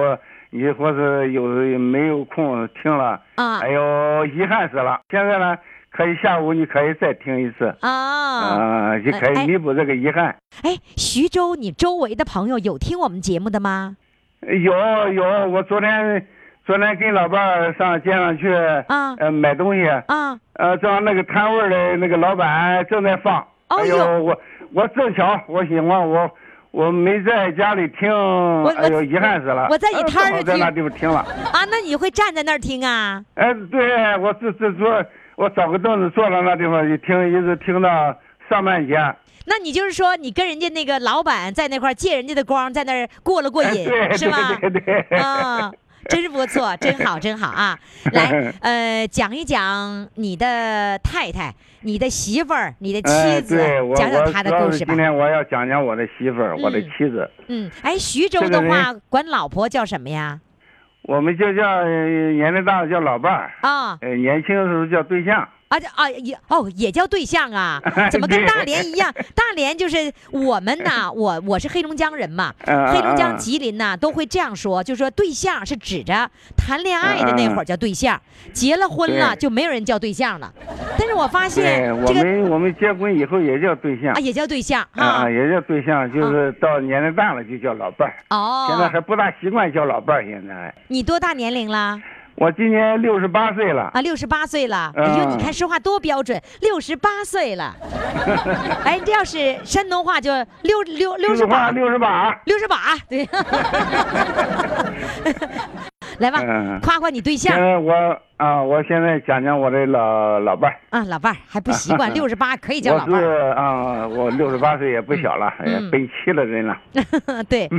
[SPEAKER 9] 你或是有没有空听了，
[SPEAKER 2] 啊
[SPEAKER 9] 哎呦，遗憾死了。现在呢，可以下午你可以再听一次，
[SPEAKER 2] 啊，
[SPEAKER 9] 啊，就可
[SPEAKER 2] 哎
[SPEAKER 9] 以弥补这个遗憾。
[SPEAKER 2] 哎，徐州，你周围的朋友有听我们节目的吗？
[SPEAKER 9] 有有，我昨天昨天跟老伴儿上街上去
[SPEAKER 2] 啊
[SPEAKER 9] 呃买东西，
[SPEAKER 2] 啊，
[SPEAKER 9] 呃，正好那个摊位儿的那个老板正在放，
[SPEAKER 2] 哦
[SPEAKER 9] 哎
[SPEAKER 2] 哟
[SPEAKER 9] 呦，我我正巧我喜欢我。我没在家里听，哎呦，遗憾死了！
[SPEAKER 2] 我在你
[SPEAKER 9] 呃
[SPEAKER 2] 摊儿上
[SPEAKER 9] 正好在那
[SPEAKER 2] 听
[SPEAKER 9] 地方听了。
[SPEAKER 2] 啊，那你会站在那儿听啊？
[SPEAKER 9] 哎，对，我这这坐，我找个凳子坐到那地方一听，一直听到上半截。
[SPEAKER 2] 那你就是说，你跟人家那个老板在那块儿借人家的光，在那儿过了过
[SPEAKER 9] 哎，
[SPEAKER 2] 瘾，
[SPEAKER 9] 对
[SPEAKER 2] 是吧？
[SPEAKER 9] 对对对。
[SPEAKER 2] 啊、真是不错，真好，真好 啊！来，呃，讲一讲你的太太、你的媳妇儿、你的妻
[SPEAKER 9] 哎，
[SPEAKER 2] 子，
[SPEAKER 9] 对我
[SPEAKER 2] 讲
[SPEAKER 9] 我
[SPEAKER 2] 讲她的
[SPEAKER 9] 主要
[SPEAKER 2] 故
[SPEAKER 9] 是
[SPEAKER 2] 事吧
[SPEAKER 9] 今。天我要讲讲我的媳妇儿，我的
[SPEAKER 2] 嗯
[SPEAKER 9] 妻子，
[SPEAKER 2] 嗯，哎，徐州
[SPEAKER 9] 这
[SPEAKER 2] 的
[SPEAKER 9] 个人
[SPEAKER 2] 话，管老婆叫什么呀？
[SPEAKER 9] 我们就叫呃年龄大了叫老伴儿，
[SPEAKER 2] 啊、
[SPEAKER 9] 呃，年轻的时候叫对象。？
[SPEAKER 2] 啊，这啊也哦也叫对象啊 怎么跟
[SPEAKER 9] 哎对
[SPEAKER 2] 大连一样？大连就是我们 呐，我我是黑龙江人嘛，
[SPEAKER 9] 嗯嗯
[SPEAKER 2] 黑龙江、
[SPEAKER 9] 嗯
[SPEAKER 2] 吉林呐都会这样说，就说对象是指着谈恋爱的那会儿叫对象，结了婚了
[SPEAKER 9] 嗯对
[SPEAKER 2] 就没有人叫对象了。但是我发
[SPEAKER 9] 对，
[SPEAKER 2] 现
[SPEAKER 9] 哎我
[SPEAKER 2] 这个
[SPEAKER 9] 们我们结婚以后也叫对象
[SPEAKER 2] 啊，，也叫对象
[SPEAKER 9] 啊
[SPEAKER 2] 啊
[SPEAKER 9] 啊，。也叫对象，就是到年龄大了就叫老伴儿。啊现在
[SPEAKER 2] 哦，
[SPEAKER 9] 还不大习惯叫老伴儿，现在还。
[SPEAKER 2] 你多大年龄了？
[SPEAKER 9] 我今年六十八岁了，
[SPEAKER 2] 啊，六十八岁了。
[SPEAKER 9] 嗯
[SPEAKER 2] 哎呦，你看说话多标准，六十八岁 了。哎，这要是山东话就六六六十
[SPEAKER 9] 十
[SPEAKER 2] 八
[SPEAKER 9] 八，。六十八，
[SPEAKER 2] 六十把， 对。来吧，
[SPEAKER 9] 嗯
[SPEAKER 2] 夸夸你对
[SPEAKER 9] 现
[SPEAKER 2] 象
[SPEAKER 9] 在我啊，我现在讲讲我的老老伴儿。
[SPEAKER 2] 啊，老伴儿还不习 惯，六十八可以叫
[SPEAKER 9] 我
[SPEAKER 2] 老
[SPEAKER 9] 是
[SPEAKER 2] 伴儿。
[SPEAKER 9] 啊，我六十八岁也不小了，哎也
[SPEAKER 2] 嗯
[SPEAKER 9] 奔七了人了。
[SPEAKER 2] 对，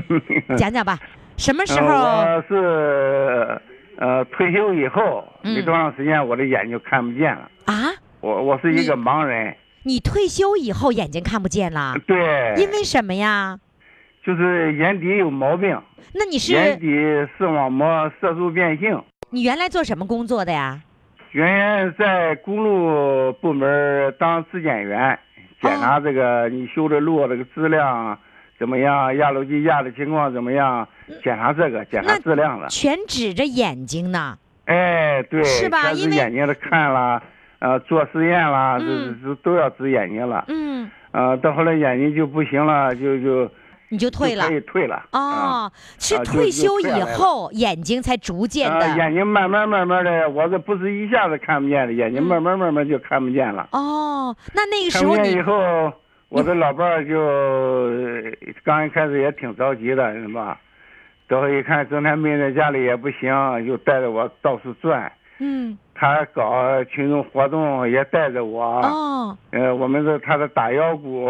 [SPEAKER 2] 讲讲吧，什么时候？
[SPEAKER 9] 呃我是呃退休以后
[SPEAKER 2] 嗯
[SPEAKER 9] 没多长时间，我的眼就看不见了。
[SPEAKER 2] 啊？
[SPEAKER 9] 我我是一个盲人，
[SPEAKER 2] 你退休以后眼睛看不见了，
[SPEAKER 9] 对，
[SPEAKER 2] 因为什么呀？
[SPEAKER 9] 就是眼底有毛病，
[SPEAKER 2] 那你
[SPEAKER 9] 眼
[SPEAKER 2] 是
[SPEAKER 9] 底视网膜色素变性。
[SPEAKER 2] 你原来做什么工作的呀？
[SPEAKER 9] 原先在公路部门当质检员，检
[SPEAKER 2] 哦
[SPEAKER 9] 查这个你修的路这个质量啊怎么样，压路机压的情况怎么样，检查这个，检
[SPEAKER 2] 嗯
[SPEAKER 9] 查
[SPEAKER 2] 那
[SPEAKER 9] 质量的。
[SPEAKER 2] 全指着眼睛呢。
[SPEAKER 9] 哎，对，
[SPEAKER 2] 是吧
[SPEAKER 9] 全
[SPEAKER 2] 因
[SPEAKER 9] 是
[SPEAKER 2] 为
[SPEAKER 9] 眼睛的看啦，呃，做实验啦，这
[SPEAKER 2] 嗯
[SPEAKER 9] 这都要治眼睛了。
[SPEAKER 2] 嗯，
[SPEAKER 9] 呃，到后来眼睛就不行了，就就
[SPEAKER 2] 你就退
[SPEAKER 9] 就
[SPEAKER 2] 了
[SPEAKER 9] 可。以退了。啊
[SPEAKER 2] 哦，是
[SPEAKER 9] 啊就
[SPEAKER 2] 退休
[SPEAKER 9] 就退
[SPEAKER 2] 以
[SPEAKER 9] 下来了
[SPEAKER 2] 后眼睛才逐渐
[SPEAKER 9] 呃，
[SPEAKER 2] 的。
[SPEAKER 9] 眼睛慢慢慢慢的，我这不是一下子看不见的，眼睛慢慢慢慢就看不见了。
[SPEAKER 2] 哦，那那个
[SPEAKER 9] 看
[SPEAKER 2] 嗯时
[SPEAKER 9] 不
[SPEAKER 2] 候
[SPEAKER 9] 见
[SPEAKER 2] 你嗯
[SPEAKER 9] 以后，我的老伴儿就呃刚一开始也挺着急的，是吧？最后一看整天闷在家里也不行，就带着我到处转。
[SPEAKER 2] 嗯
[SPEAKER 9] 他搞群众活动也带着我。
[SPEAKER 2] 哦。
[SPEAKER 9] 呃，我们这他的打腰鼓、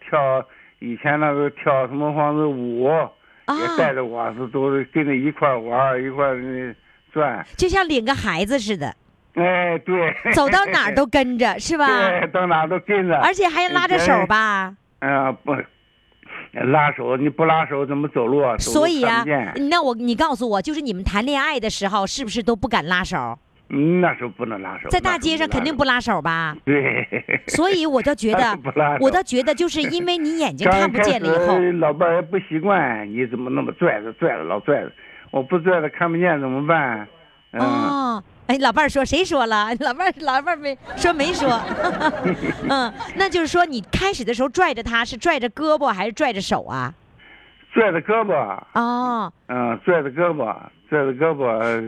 [SPEAKER 9] 跳以前那个跳什么房子舞，
[SPEAKER 2] 哦啊
[SPEAKER 9] 也带着我是都是跟着一块儿玩儿一块儿呃转。
[SPEAKER 2] 就像领个孩子似 的，
[SPEAKER 9] 哎，对，
[SPEAKER 2] 走到哪儿 都跟着，是吧？
[SPEAKER 9] 对，到哪儿都跟着，
[SPEAKER 2] 而且还拉着手吧。
[SPEAKER 9] 嗯、不拉手，你不拉手怎么走路啊？走路
[SPEAKER 2] 所以
[SPEAKER 9] 看
[SPEAKER 2] 啊
[SPEAKER 9] 不见，
[SPEAKER 2] 那我你告诉我，就是你们谈恋爱的时候，是不是都不敢拉手？
[SPEAKER 9] 嗯那时候不能拉手，
[SPEAKER 2] 在大街上肯定
[SPEAKER 9] 不
[SPEAKER 2] 不拉手吧？
[SPEAKER 9] 能拉手。对，
[SPEAKER 2] 所以我就 觉 得
[SPEAKER 9] 不拉手，
[SPEAKER 2] 我倒觉得就是因为你眼睛
[SPEAKER 9] 刚
[SPEAKER 2] 看不见了以
[SPEAKER 9] 开始
[SPEAKER 2] 后，
[SPEAKER 9] 老伴儿也不习惯，你怎么那么拽着拽着老拽着？我不拽着看不见怎么办？嗯、
[SPEAKER 2] 哦，哎，老伴儿说谁说了？ 老伴儿老伴儿没说没 说，嗯，那就是说你开始的时候拽着他是拽着胳膊还是拽着手啊？
[SPEAKER 9] 拽着胳膊，
[SPEAKER 2] 哦
[SPEAKER 9] 嗯、拽着胳膊，拽着胳膊，呃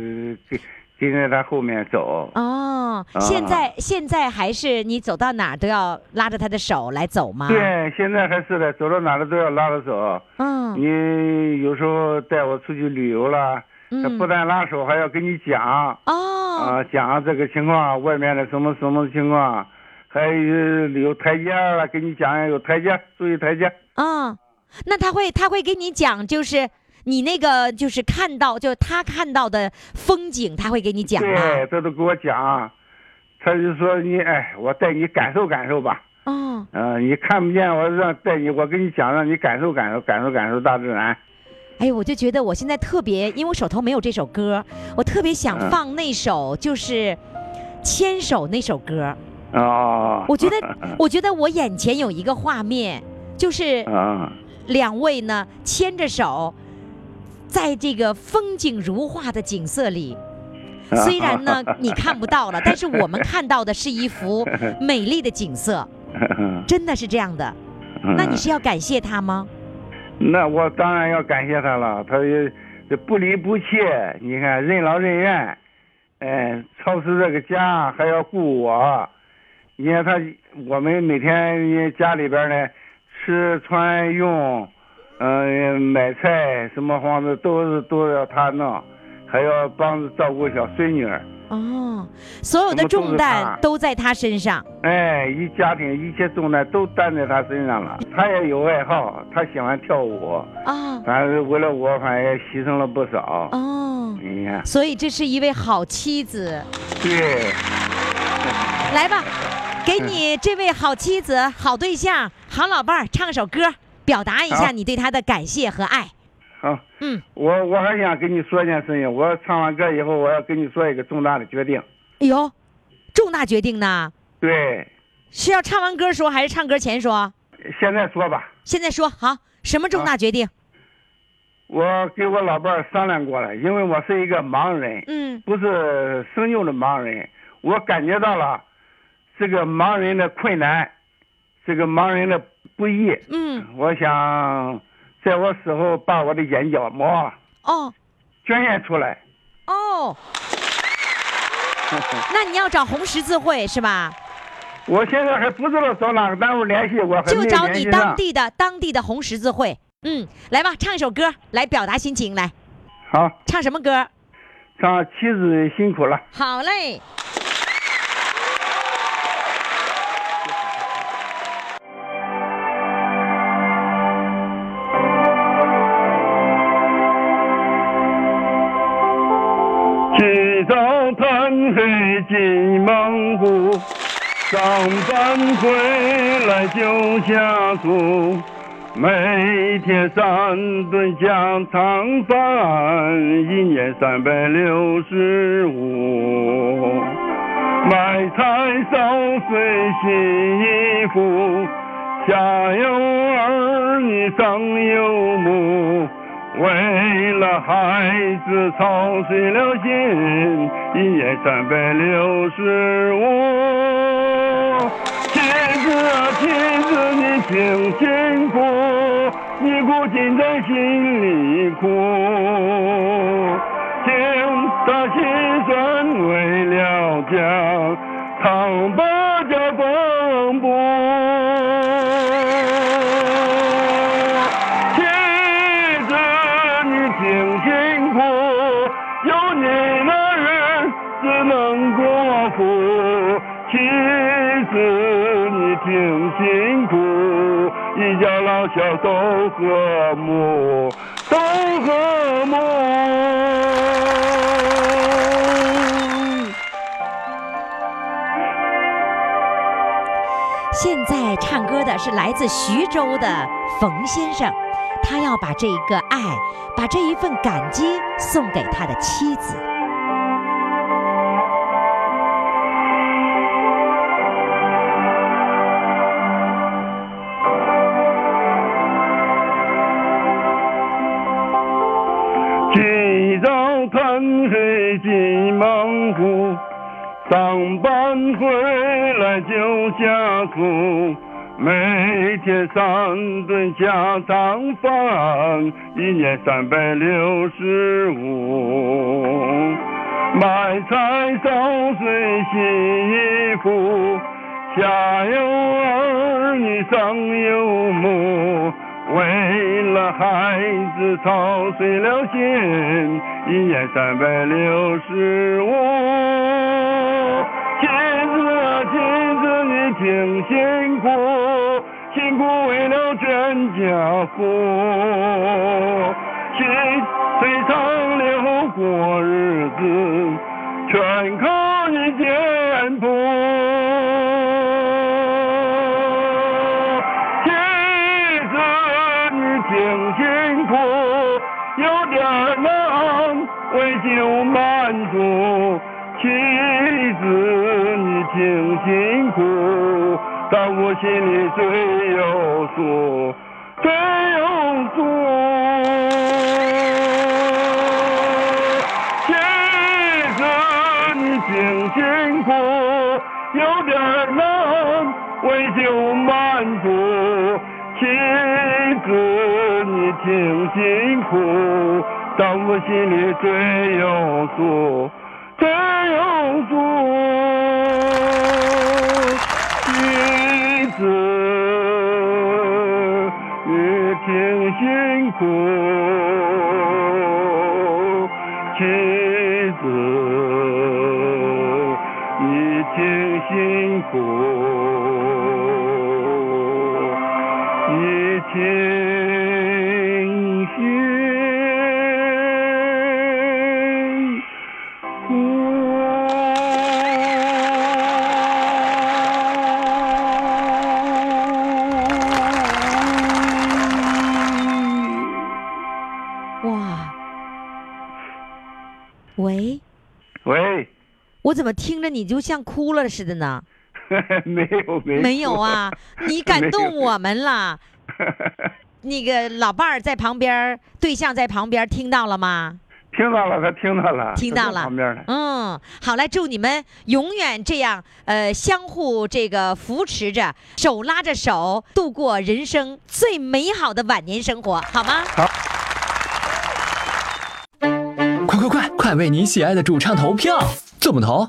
[SPEAKER 9] 跟跟在他后面走。
[SPEAKER 2] 哦，
[SPEAKER 9] 啊
[SPEAKER 2] 现在现在还是你走到哪儿都要拉着他的手来走吗？，
[SPEAKER 9] 对，现在还是的，走到哪儿都要拉着手。
[SPEAKER 2] 嗯
[SPEAKER 9] 你有时候带我出去旅游啦，他不
[SPEAKER 2] 嗯，
[SPEAKER 9] 但拉手，还要跟你讲啊、
[SPEAKER 2] 哦，
[SPEAKER 9] 讲这个情况，外面的什么什么情况，还有有台阶儿了，给你讲有台阶儿，注意台阶儿。
[SPEAKER 2] 嗯，那他会他会给你讲，就是你那个就是看到就是他看到的风景，他会给你讲吗？啊
[SPEAKER 9] 对，这都给我讲。
[SPEAKER 10] 他就说你哎，我带你感受感受吧。
[SPEAKER 2] 哦，
[SPEAKER 10] 嗯、
[SPEAKER 9] 啊
[SPEAKER 10] 你看不见，我让带你，我跟你讲，让你感受感受，感受感受大自然。
[SPEAKER 2] 哎，我就觉得我现在特别，因为我手头没有这首歌，我特别想
[SPEAKER 10] 嗯
[SPEAKER 2] 放那首就是《牵手》那首歌。
[SPEAKER 10] 哦，
[SPEAKER 2] 我觉得，
[SPEAKER 9] 嗯
[SPEAKER 2] 我觉得我眼前有一个画面，就是
[SPEAKER 10] 啊，
[SPEAKER 2] 两位呢牵着手，在这个风景如画的景色里。
[SPEAKER 10] 啊
[SPEAKER 2] 虽然呢，你看不 到了，但是我们看到的是一幅美丽的景色，真的是这样的。
[SPEAKER 10] 嗯
[SPEAKER 2] 那你是要感谢他吗？
[SPEAKER 10] 那我当然要感谢他了，他也这不离不弃，你看任劳任怨，哎，操持这个家还要顾我。你看他，我们每天家里边呢，吃穿用，嗯、买菜什么方面都是都要他弄，还要帮着照顾小孙女儿。
[SPEAKER 2] 哦，所有的
[SPEAKER 10] 什么都是他
[SPEAKER 2] 重担都在他身上。
[SPEAKER 10] 哎，一家庭一切重担都担在他身上了。他也有爱好，他喜欢跳舞，
[SPEAKER 2] 啊
[SPEAKER 10] 反正为了我，反正也牺牲了不少。
[SPEAKER 2] 哦，
[SPEAKER 10] 你看，
[SPEAKER 2] 所以这是一位好妻子。
[SPEAKER 10] 对，
[SPEAKER 2] 来吧，给你这位好妻子、好对象、好老伴儿唱首歌，表达一下
[SPEAKER 10] 好
[SPEAKER 2] 你对他的感谢和爱。
[SPEAKER 10] 好，
[SPEAKER 2] 嗯，
[SPEAKER 10] 我我还想跟你说一件事情。我唱完歌以后，我要跟你说一个重大的决定。
[SPEAKER 2] 哎呦，重大决定呢，
[SPEAKER 10] 对，
[SPEAKER 2] 是要唱完歌说还是唱歌前说？
[SPEAKER 10] 现在说吧，
[SPEAKER 2] 现在说好，什么重大决定？
[SPEAKER 10] 我跟我老伴儿商量过了，因为我是一个盲人，
[SPEAKER 2] 嗯，
[SPEAKER 10] 不是生就的盲人，我感觉到了这个盲人的困难，这个盲人的不易。
[SPEAKER 2] 嗯，
[SPEAKER 10] 我想在我死后把我的眼角膜
[SPEAKER 2] 哦
[SPEAKER 10] 捐献出来。
[SPEAKER 2] 哦，那你要找红十字会是吧？
[SPEAKER 10] 我现在还不知道找哪个单位联系，我还
[SPEAKER 2] 就
[SPEAKER 10] 没
[SPEAKER 2] 找
[SPEAKER 10] 联
[SPEAKER 2] 你
[SPEAKER 10] 系
[SPEAKER 2] 当
[SPEAKER 10] 上。
[SPEAKER 2] 地的当地的红十字会。嗯，来吧，唱一首歌来表达心情，来
[SPEAKER 10] 好，
[SPEAKER 2] 唱什么歌？
[SPEAKER 10] 让妻子辛苦了。
[SPEAKER 2] 好嘞。
[SPEAKER 10] 起早贪黑进忙活，上班回来就下厨，每天三顿家常饭，一年三百六十五。买菜烧水洗衣服，下有儿女上有母，为了孩子操碎了心，一年三百六十五。妻子啊，妻子，你挺辛苦，你不禁在心里哭。听他心酸为了家，扛把家风波。妻子，你挺辛苦，有你的日子能过苦。妻子，你挺辛苦，一家老小都和睦，都和睦。
[SPEAKER 2] 现在唱歌的是来自徐州的冯先生，他要把这一个爱，把这一份感激送给他的妻子。
[SPEAKER 10] 起早贪黑进忙活，上班回来就下厨，每天三顿家常饭，一年三百六十五。买菜烧水洗衣服，下有儿女上有母，为了孩子操碎了心，一年三百六十五。妻子啊，妻子你挺辛苦，辛苦为了全家福，心非常流过日子，全靠你简朴。
[SPEAKER 11] 为救满族妻子，你挺辛苦，但我心里最有数，最有数。妻子，你挺辛苦，有点儿难，为救满族。妻子，你挺辛苦，但我心里最有数，最有数。妻子，你挺辛苦，妻子，你挺辛苦，你挺辛苦。
[SPEAKER 2] 哇，喂，
[SPEAKER 11] 喂，
[SPEAKER 2] 我怎么听着你就像哭了似的呢？
[SPEAKER 11] 没有没有
[SPEAKER 2] 没有啊，你感动我们了。那个老伴儿在旁边儿，对象在旁边儿，听到了吗？
[SPEAKER 11] 听到了，他听到了，
[SPEAKER 2] 听到
[SPEAKER 11] 他在
[SPEAKER 2] 了。
[SPEAKER 11] 旁边呢。
[SPEAKER 2] 嗯，好嘞，祝你们永远这样，呃，相互这个扶持着，手拉着手，度过人生最美好的晚年生活，好吗？
[SPEAKER 6] 快快快，快为你喜爱的主唱投票！怎么投？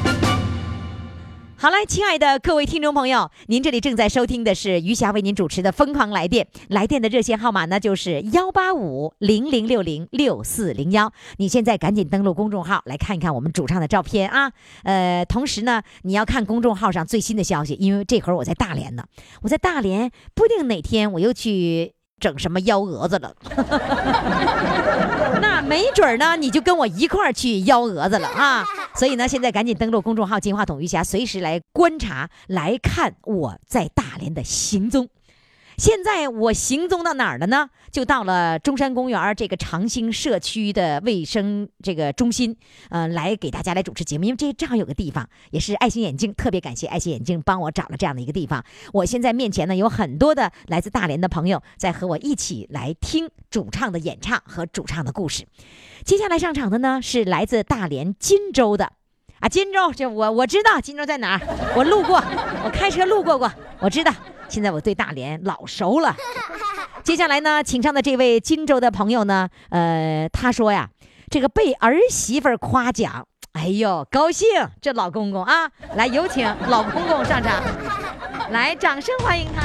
[SPEAKER 2] 好嘞，亲爱的各位听众朋友，您这里正在收听的是余霞为您主持的《疯狂来电》，来电的热线号码呢就是幺八五零零六零六四零幺。你现在赶紧登录公众号来看一看我们主唱的照片啊。呃，同时呢，你要看公众号上最新的消息，因为这会儿我在大连呢，我在大连，不定哪天我又去整什么幺蛾子了。 那没准儿呢，你就跟我一块儿去幺蛾子了啊！所以呢，现在赶紧登录公众号“金话筒余霞”，随时来观察、来看我在大连的行踪。现在我行踪到哪儿了呢？就到了中山公园儿这个长兴社区的卫生这个中心，呃，来给大家来主持节目。因为这正好有个地方，也是爱心眼镜，特别感谢爱心眼镜帮我找了这样的一个地方。我现在面前呢有很多的来自大连的朋友在和我一起来听主唱的演唱和主唱的故事。接下来上场的呢是来自大连金州的。啊，金州，这我我知道金州在哪儿，我路过，我开车路过过，我知道。现在我对大连老熟了。接下来呢，请上的这位荆州的朋友呢，呃，他说呀，这个被儿媳妇儿夸奖，哎呦，高兴，这老公公啊，来有请老公公上场，来，掌声欢迎他。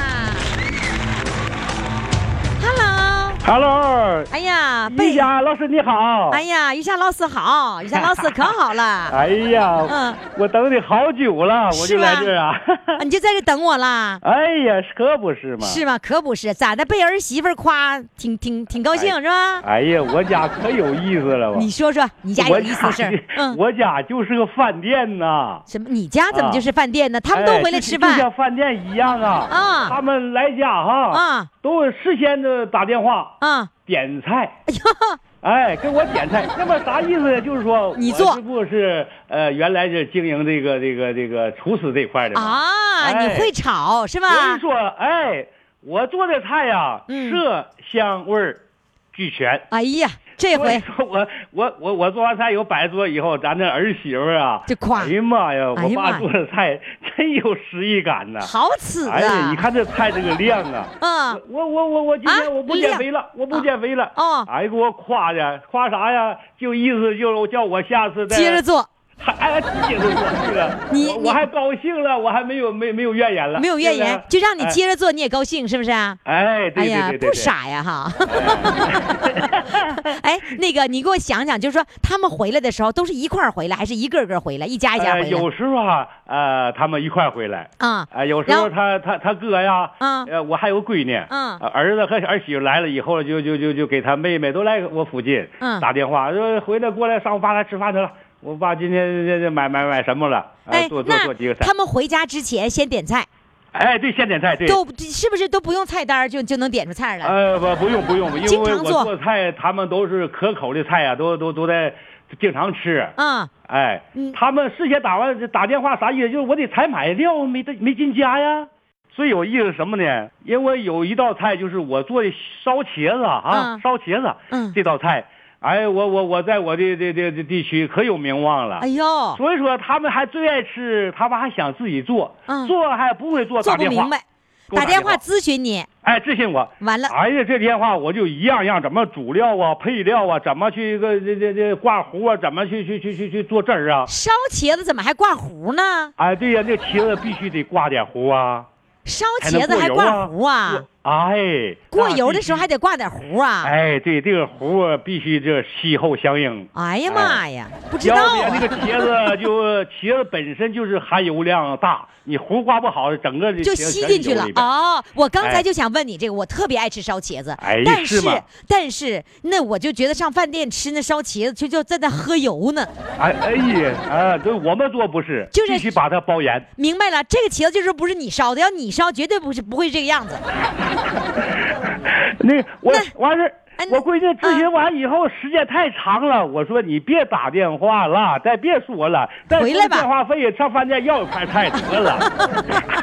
[SPEAKER 2] Hello，
[SPEAKER 11] Hello，
[SPEAKER 2] 哎呀，
[SPEAKER 11] 一
[SPEAKER 2] 被，
[SPEAKER 11] 家老师你好。
[SPEAKER 2] 哎呀，于霞老师 好，于霞老师可好了，
[SPEAKER 11] 哎呀，
[SPEAKER 2] 嗯，
[SPEAKER 11] 我等你好久了，我
[SPEAKER 2] 是
[SPEAKER 11] 就
[SPEAKER 2] 吧
[SPEAKER 11] 来这儿啊。
[SPEAKER 2] 啊你就在这等我啦。
[SPEAKER 11] 哎呀，可不是嘛。
[SPEAKER 2] 是吗？可不是，咋的？被儿媳妇儿夸，挺挺挺高兴、是吧？
[SPEAKER 11] 哎呀，我家可有意思了吧？
[SPEAKER 2] 你说说，你家有
[SPEAKER 11] 我
[SPEAKER 2] 意思的事儿？嗯，
[SPEAKER 11] 我家就是个饭店呐。
[SPEAKER 2] 什么？你家怎么
[SPEAKER 11] 啊
[SPEAKER 2] 就是饭店呢？他们
[SPEAKER 11] 哎
[SPEAKER 2] 都回来吃
[SPEAKER 11] 就就
[SPEAKER 2] 饭
[SPEAKER 11] 像饭店一样啊。
[SPEAKER 2] 啊
[SPEAKER 11] 他们来家哈，
[SPEAKER 2] 啊
[SPEAKER 11] 都事先的打电话
[SPEAKER 2] 啊！
[SPEAKER 11] 点菜，
[SPEAKER 2] 哎呀，
[SPEAKER 11] 哎，给我点 菜。那么啥意思呢？就是说，
[SPEAKER 2] 你
[SPEAKER 11] 我
[SPEAKER 2] 做
[SPEAKER 11] 这不是呃，原来是经营这个这个这个厨师这块的嘛
[SPEAKER 2] 啊，你
[SPEAKER 11] 哎
[SPEAKER 2] 会炒是
[SPEAKER 11] 所
[SPEAKER 2] 吧
[SPEAKER 11] 以？说，哎，我做的菜呀、
[SPEAKER 2] 嗯
[SPEAKER 11] 色香味儿俱全。
[SPEAKER 2] 哎呀，这
[SPEAKER 11] 所以
[SPEAKER 2] 回
[SPEAKER 11] 说我我我我做完菜以后摆桌以后，咱这儿媳妇儿啊，
[SPEAKER 2] 就夸
[SPEAKER 11] 哎呀妈呀，
[SPEAKER 2] 哎呀
[SPEAKER 11] 我
[SPEAKER 2] 妈呀
[SPEAKER 11] 爸做的菜真有诗意感呐！
[SPEAKER 2] 好此
[SPEAKER 11] 哎呀，
[SPEAKER 2] 啊
[SPEAKER 11] 你！看这菜这个量啊！
[SPEAKER 2] 嗯，
[SPEAKER 11] 我我我我今
[SPEAKER 2] 啊
[SPEAKER 11] 天我不减
[SPEAKER 2] 量
[SPEAKER 11] 肥了，我不减肥了。
[SPEAKER 2] 哦
[SPEAKER 11] 哎，给我夸的，夸啥呀？就意思就是叫我下次再
[SPEAKER 2] 接着做，
[SPEAKER 11] 还哎接着做这个，
[SPEAKER 2] 你
[SPEAKER 11] 我
[SPEAKER 2] 你
[SPEAKER 11] 我还高兴了，我还没有没没有怨言了，
[SPEAKER 2] 没有怨
[SPEAKER 11] 对
[SPEAKER 2] 言
[SPEAKER 11] 不对，
[SPEAKER 2] 就让你
[SPEAKER 11] 哎
[SPEAKER 2] 接着做，你也高兴是不是啊？
[SPEAKER 11] 哎，
[SPEAKER 2] 哎
[SPEAKER 11] 对
[SPEAKER 2] 呀
[SPEAKER 11] 对，对对，
[SPEAKER 2] 不傻呀 哈！哎，那个，你给我想想，就是说他们回来的时候，都是一块儿回来，还是一个个回来，一家一家
[SPEAKER 11] 呃。
[SPEAKER 2] 回来
[SPEAKER 11] 有时候啊，呃，他们一块儿回来，
[SPEAKER 2] 啊？
[SPEAKER 11] 啊，有时
[SPEAKER 2] 然后
[SPEAKER 11] 候他他他哥呀，
[SPEAKER 2] 嗯
[SPEAKER 11] 呃，我还有闺女，
[SPEAKER 2] 嗯
[SPEAKER 11] 呃儿子和儿媳妇来了以后，就就就就给他妹妹都来我附近，
[SPEAKER 2] 嗯
[SPEAKER 11] 打电话说回来过来上我爸那吃饭去了。我爸今天这这买买买什么了？
[SPEAKER 2] 哎
[SPEAKER 11] 哎，做，做做几
[SPEAKER 2] 那
[SPEAKER 11] 个菜
[SPEAKER 2] 他。们回家之前先点菜，
[SPEAKER 11] 哎，对，现点菜对。
[SPEAKER 2] 都是不是都不用菜单儿就就能点出菜来？
[SPEAKER 11] 呃，不不用不用，因
[SPEAKER 2] 经
[SPEAKER 11] 为
[SPEAKER 2] 常
[SPEAKER 11] 我
[SPEAKER 2] 做
[SPEAKER 11] 做菜，他们都是可口的菜啊，都都都在经常吃。
[SPEAKER 2] 啊，
[SPEAKER 11] 哎
[SPEAKER 2] 嗯，
[SPEAKER 11] 他们事先打完打电话啥意思？就是我得采买料没得没进家呀。最有意思是什么呢？因为有一道菜就是我做的烧茄子啊，
[SPEAKER 2] 嗯
[SPEAKER 11] 烧茄子，
[SPEAKER 2] 嗯
[SPEAKER 11] 这道菜，哎，我我我在我的这这这地区可有名望了。
[SPEAKER 2] 哎呦，
[SPEAKER 11] 所以啊说他们还最爱吃，他们还想自己做，
[SPEAKER 2] 嗯
[SPEAKER 11] 做还不会做，
[SPEAKER 2] 做
[SPEAKER 11] 打
[SPEAKER 2] 不
[SPEAKER 11] 电
[SPEAKER 2] 明
[SPEAKER 11] 话，
[SPEAKER 2] 白，
[SPEAKER 11] 给
[SPEAKER 2] 打
[SPEAKER 11] 我打
[SPEAKER 2] 电
[SPEAKER 11] 电
[SPEAKER 2] 话咨询你，
[SPEAKER 11] 哎，咨询我。
[SPEAKER 2] 完了，
[SPEAKER 11] 哎呀，这电话我就一样样怎么煮料啊、配料啊，怎么去一个这这这挂糊啊，怎么去去去去去做汁儿啊？
[SPEAKER 2] 烧茄子怎么还挂糊呢？
[SPEAKER 11] 哎，对呀、那茄子必须得挂点糊啊。
[SPEAKER 2] 烧
[SPEAKER 11] 还能
[SPEAKER 2] 茄子还
[SPEAKER 11] 过油
[SPEAKER 2] 挂
[SPEAKER 11] 啊
[SPEAKER 2] 糊啊？
[SPEAKER 11] 哎，
[SPEAKER 2] 过
[SPEAKER 11] 那
[SPEAKER 2] 油
[SPEAKER 11] 必
[SPEAKER 2] 的时候
[SPEAKER 11] 须
[SPEAKER 2] 还得挂点糊啊？
[SPEAKER 11] 哎，对，这个糊啊必须这息后相应。
[SPEAKER 2] 哎呀妈呀，不知
[SPEAKER 11] 要
[SPEAKER 2] 道
[SPEAKER 11] 不然
[SPEAKER 2] 啊
[SPEAKER 11] 那！个茄子就茄子本身就是含油量大，你糊挂不好，整个这
[SPEAKER 2] 就
[SPEAKER 11] 茄子
[SPEAKER 2] 吸
[SPEAKER 11] 全
[SPEAKER 2] 进去
[SPEAKER 11] 油
[SPEAKER 2] 了
[SPEAKER 11] 里边
[SPEAKER 2] 哦，我刚才
[SPEAKER 11] 哎
[SPEAKER 2] 就想问你这个，我特别爱吃烧茄子，
[SPEAKER 11] 哎
[SPEAKER 2] 但
[SPEAKER 11] 是吗
[SPEAKER 2] 但是那我就觉得上饭店吃那烧茄子就就在那喝油呢。
[SPEAKER 11] 哎哎呀，啊，对，我们做不是，
[SPEAKER 2] 就是
[SPEAKER 11] 必须把它包严。
[SPEAKER 2] 明白了，这个茄子就是不是你烧的，要你烧绝对不是不会这个样子。
[SPEAKER 11] 那我
[SPEAKER 2] 那
[SPEAKER 11] 完事儿
[SPEAKER 2] 哎那
[SPEAKER 11] 我闺女咨询完以后时间太长了，我说你别打电话了，再别说了，再
[SPEAKER 2] 回来吧
[SPEAKER 11] 说电话费上饭店要一块菜得了。？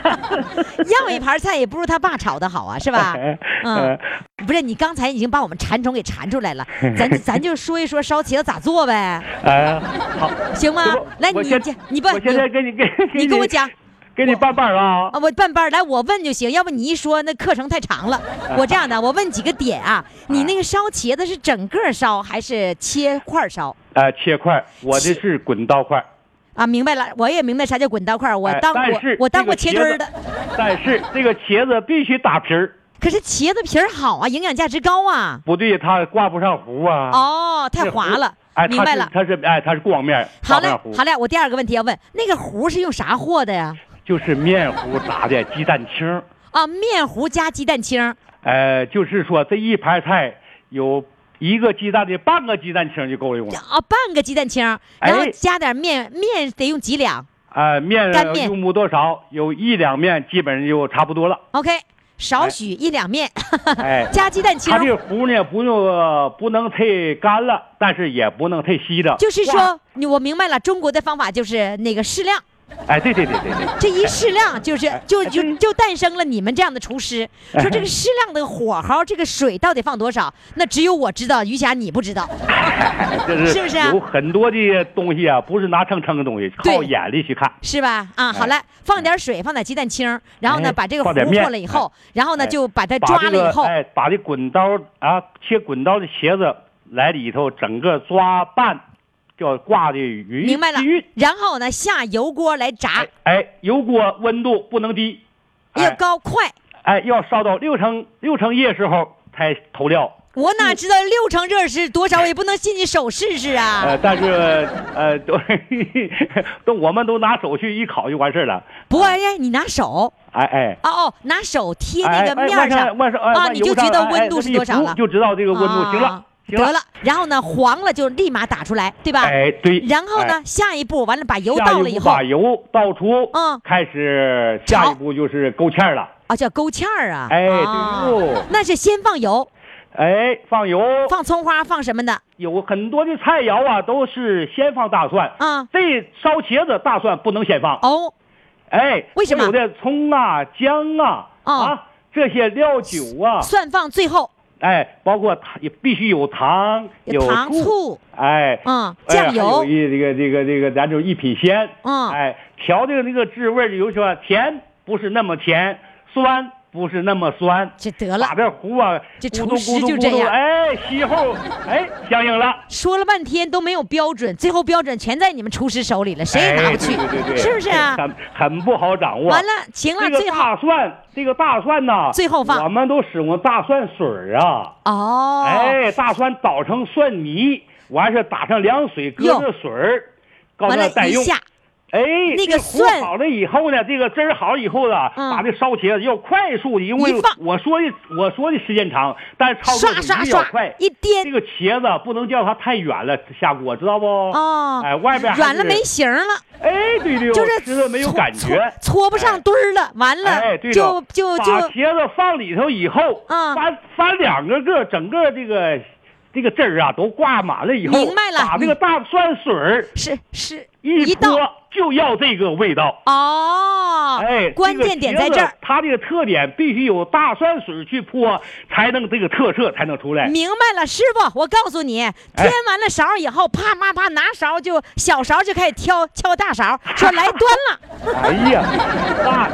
[SPEAKER 2] 要一盘菜也不如他爸炒的好啊，是吧 嗯，不是，你刚才已经把我们馋虫给馋出来了，咱咱就说一说烧茄子咋做呗，
[SPEAKER 11] 哎，好，
[SPEAKER 2] 行吗
[SPEAKER 11] 这不？
[SPEAKER 2] 来，
[SPEAKER 11] 我
[SPEAKER 2] 你
[SPEAKER 11] 先
[SPEAKER 2] 这你不
[SPEAKER 11] 我现在跟你跟
[SPEAKER 2] 你你跟我讲。
[SPEAKER 11] 给你办办啊
[SPEAKER 2] 啊，。我半半儿来，我问就行，要不你一说那课程太长 了。我这样的，我问几个点啊，你那个烧茄子是整个烧还是切块儿烧？
[SPEAKER 11] 呃，切块儿，我这是滚刀块儿。
[SPEAKER 2] 啊，明白了，我也明白啥叫滚刀块儿，我
[SPEAKER 11] 哎
[SPEAKER 2] 当过、
[SPEAKER 11] 但是
[SPEAKER 2] 我当过切
[SPEAKER 11] 这个
[SPEAKER 2] 墩儿
[SPEAKER 11] 茄子
[SPEAKER 2] 的，
[SPEAKER 11] 但是这个茄子必须打皮儿，
[SPEAKER 2] 可是茄子皮儿好啊，营养价值高啊。
[SPEAKER 11] 不对它挂不上糊啊。
[SPEAKER 2] 哦，太
[SPEAKER 11] 这糊
[SPEAKER 2] 滑了，
[SPEAKER 11] 哎，
[SPEAKER 2] 明
[SPEAKER 11] 它
[SPEAKER 2] 白
[SPEAKER 11] 是
[SPEAKER 2] 了。
[SPEAKER 11] 它是哎，它是光面儿，
[SPEAKER 2] 好
[SPEAKER 11] 挂不
[SPEAKER 2] 嘞
[SPEAKER 11] 上糊，
[SPEAKER 2] 好嘞，我第二个问题要问，那个糊是用啥和的呀？
[SPEAKER 11] 就是面糊打的鸡蛋清儿。
[SPEAKER 2] 啊，面糊加鸡蛋清儿，
[SPEAKER 11] 呃，就是说这一盘菜有一个鸡蛋的半个鸡蛋清就够用了。
[SPEAKER 2] 啊，半个鸡蛋清儿，然后
[SPEAKER 11] 哎
[SPEAKER 2] 加点面，面得用几两
[SPEAKER 11] 呃，面
[SPEAKER 2] 干面
[SPEAKER 11] 用不多少，有一两面基本上就差不多了。
[SPEAKER 2] ？OK，少
[SPEAKER 11] 哎
[SPEAKER 2] 许一两面，
[SPEAKER 11] 哎
[SPEAKER 2] 加鸡蛋清
[SPEAKER 11] 它
[SPEAKER 2] 儿
[SPEAKER 11] 这，个糊呢，不用呃不能太干了，但是也不能太稀的。
[SPEAKER 2] 就是
[SPEAKER 11] 哇，
[SPEAKER 2] 说，你我明白了，中国的方法就是那个适量，
[SPEAKER 11] 哎，对对对对对，
[SPEAKER 2] 这一适
[SPEAKER 11] 哎
[SPEAKER 2] 量就是就就就诞生了你们这样的厨师。说
[SPEAKER 11] 哎
[SPEAKER 2] 这个适量的火候，这个水到底放多少？那只有我知道，于霞你不知道。
[SPEAKER 11] 哎这
[SPEAKER 2] 是不是啊
[SPEAKER 11] 有很多的东西啊，不是拿秤称的东西，
[SPEAKER 2] 对
[SPEAKER 11] 靠眼力去看。
[SPEAKER 2] 是吧？啊，好嘞，放点水，放点鸡蛋清儿，然后呢，
[SPEAKER 11] 哎
[SPEAKER 2] 把这个糊
[SPEAKER 11] 放点面
[SPEAKER 2] 和了以后，然后呢，
[SPEAKER 11] 哎
[SPEAKER 2] 就把它
[SPEAKER 11] 把
[SPEAKER 2] 呃抓
[SPEAKER 11] 这
[SPEAKER 2] 了
[SPEAKER 11] 个
[SPEAKER 2] 以后，
[SPEAKER 11] 哎，把这滚刀啊，切滚刀的茄子来里头，整个抓拌，叫挂的匀，
[SPEAKER 2] 明白了
[SPEAKER 11] 匀。。
[SPEAKER 2] 然后呢，下油锅来炸
[SPEAKER 11] 哎，哎，油锅温度不能低，
[SPEAKER 2] 要
[SPEAKER 11] 哎
[SPEAKER 2] 高快。
[SPEAKER 11] 哎，要烧到六成六成液时候才投料。
[SPEAKER 2] 我哪
[SPEAKER 11] 嗯
[SPEAKER 2] 知道六成热是多少？我也不能进去手试试啊！
[SPEAKER 11] 呃，但是呃，都都我们都拿手去一烤就完事儿了。
[SPEAKER 2] 不过哎，你拿手
[SPEAKER 11] 哎哎。
[SPEAKER 2] 哦哦，拿手贴那
[SPEAKER 11] 哎
[SPEAKER 2] 个面儿上
[SPEAKER 11] 哎、哎
[SPEAKER 2] 啊，你就觉得温度是多少了？
[SPEAKER 11] 就知道这个温度。
[SPEAKER 2] 啊
[SPEAKER 11] 行了，行
[SPEAKER 2] 得了，然后呢，黄了就立马打出来，对吧？
[SPEAKER 11] 哎，对。
[SPEAKER 2] 然后
[SPEAKER 11] 哎
[SPEAKER 2] 呢，下一步完了把油
[SPEAKER 11] 下
[SPEAKER 2] 倒
[SPEAKER 11] 一
[SPEAKER 2] 了以
[SPEAKER 11] 步
[SPEAKER 2] 后，
[SPEAKER 11] 把油倒出，
[SPEAKER 2] 嗯
[SPEAKER 11] 开始下
[SPEAKER 2] 炒
[SPEAKER 11] 一步就是勾芡儿了。
[SPEAKER 2] 啊，叫勾芡儿啊。
[SPEAKER 11] 哎
[SPEAKER 2] 啊
[SPEAKER 11] 对喽
[SPEAKER 2] 那是先放油，
[SPEAKER 11] 哎，放油，
[SPEAKER 2] 放葱花，放什么的
[SPEAKER 11] 有很多的菜肴啊，都是先放大蒜。
[SPEAKER 2] 啊？
[SPEAKER 11] 这烧茄子大蒜不能先放，
[SPEAKER 2] 哦，
[SPEAKER 11] 哎，
[SPEAKER 2] 为什么
[SPEAKER 11] 我有的葱啊、姜啊、
[SPEAKER 2] 哦
[SPEAKER 11] 啊这些料酒啊，
[SPEAKER 2] 蒜放最后，
[SPEAKER 11] 哎，包括糖也必须有糖、
[SPEAKER 2] 有糖
[SPEAKER 11] 醋，
[SPEAKER 2] 醋
[SPEAKER 11] 哎，
[SPEAKER 2] 嗯
[SPEAKER 11] 哎
[SPEAKER 2] 酱油
[SPEAKER 11] 还有一这个这个这个，咱就一品鲜，
[SPEAKER 2] 嗯
[SPEAKER 11] 哎，调的那个滋味儿，有说甜不是那么甜，酸不是那么酸，
[SPEAKER 2] 就得了
[SPEAKER 11] 把。这糊啊，
[SPEAKER 2] 这
[SPEAKER 11] 咕
[SPEAKER 2] 厨
[SPEAKER 11] 嘟
[SPEAKER 2] 师
[SPEAKER 11] 咕嘟
[SPEAKER 2] 就
[SPEAKER 11] 咕
[SPEAKER 2] 这
[SPEAKER 11] 嘟
[SPEAKER 2] 样
[SPEAKER 11] 哎，吸后，哎，相应了。
[SPEAKER 2] 说了半天都没有标准，最后标准全在你们厨师手里了，谁也拿不去，
[SPEAKER 11] 哎对对对对
[SPEAKER 2] 是不是啊？
[SPEAKER 11] 很很不好掌握。
[SPEAKER 2] 完了，行了，
[SPEAKER 11] 这个
[SPEAKER 2] 最后
[SPEAKER 11] 大蒜，这个大蒜呐，
[SPEAKER 2] 最后放
[SPEAKER 11] 我们都使用大蒜水儿啊，
[SPEAKER 2] 哦，
[SPEAKER 11] 哎，大蒜捣成蒜泥，完事儿打上凉水，搁
[SPEAKER 2] 哟
[SPEAKER 11] 上水儿，告
[SPEAKER 2] 完
[SPEAKER 11] 诉
[SPEAKER 2] 了
[SPEAKER 11] 待
[SPEAKER 2] 一
[SPEAKER 11] 用。
[SPEAKER 2] 下，
[SPEAKER 12] 哎，
[SPEAKER 2] 那个
[SPEAKER 12] 这糊
[SPEAKER 2] 蒜
[SPEAKER 12] 好了以后呢，这个汁儿好了以后呢，
[SPEAKER 2] 嗯
[SPEAKER 12] 把这烧茄子要快速，因为
[SPEAKER 2] 一放
[SPEAKER 12] 我说的我说的时间长，但是操作
[SPEAKER 2] 刷刷
[SPEAKER 12] 得一定要
[SPEAKER 2] 刷
[SPEAKER 12] 快。
[SPEAKER 2] 一颠
[SPEAKER 12] 这个茄子不能叫它太软了下锅，知道不？
[SPEAKER 2] 哦，
[SPEAKER 12] 哎，外边还
[SPEAKER 2] 软了
[SPEAKER 12] 是
[SPEAKER 2] 没形儿了，
[SPEAKER 12] 哎，对对，
[SPEAKER 2] 就是
[SPEAKER 12] 吃的没有
[SPEAKER 2] 搓
[SPEAKER 12] 感
[SPEAKER 2] 搓
[SPEAKER 12] 觉，
[SPEAKER 2] 搓不上堆儿了，完了，
[SPEAKER 12] 哎，对
[SPEAKER 2] 就
[SPEAKER 12] 了，
[SPEAKER 2] 就
[SPEAKER 12] 把
[SPEAKER 2] 就
[SPEAKER 12] 茄子放里头以后，
[SPEAKER 2] 嗯
[SPEAKER 12] 翻翻两个个，整个这个这个汁儿啊都挂满了以后，
[SPEAKER 2] 明白了
[SPEAKER 12] 把这个大蒜水儿
[SPEAKER 2] 是是
[SPEAKER 12] 一
[SPEAKER 2] 道
[SPEAKER 12] 泼就要这个味道。
[SPEAKER 2] 哦，
[SPEAKER 12] 哎，
[SPEAKER 2] 关键点在这
[SPEAKER 12] 这个茄
[SPEAKER 2] 儿
[SPEAKER 12] 子，它这个特点必须有大蒜水去泼，才能这个特色才能出来。
[SPEAKER 2] 明白了，师傅，我告诉你，
[SPEAKER 12] 哎
[SPEAKER 2] 添完了勺以后，啪啪啪拿勺就小勺就开始挑敲大勺，说来端 了，
[SPEAKER 12] 哎 呀，那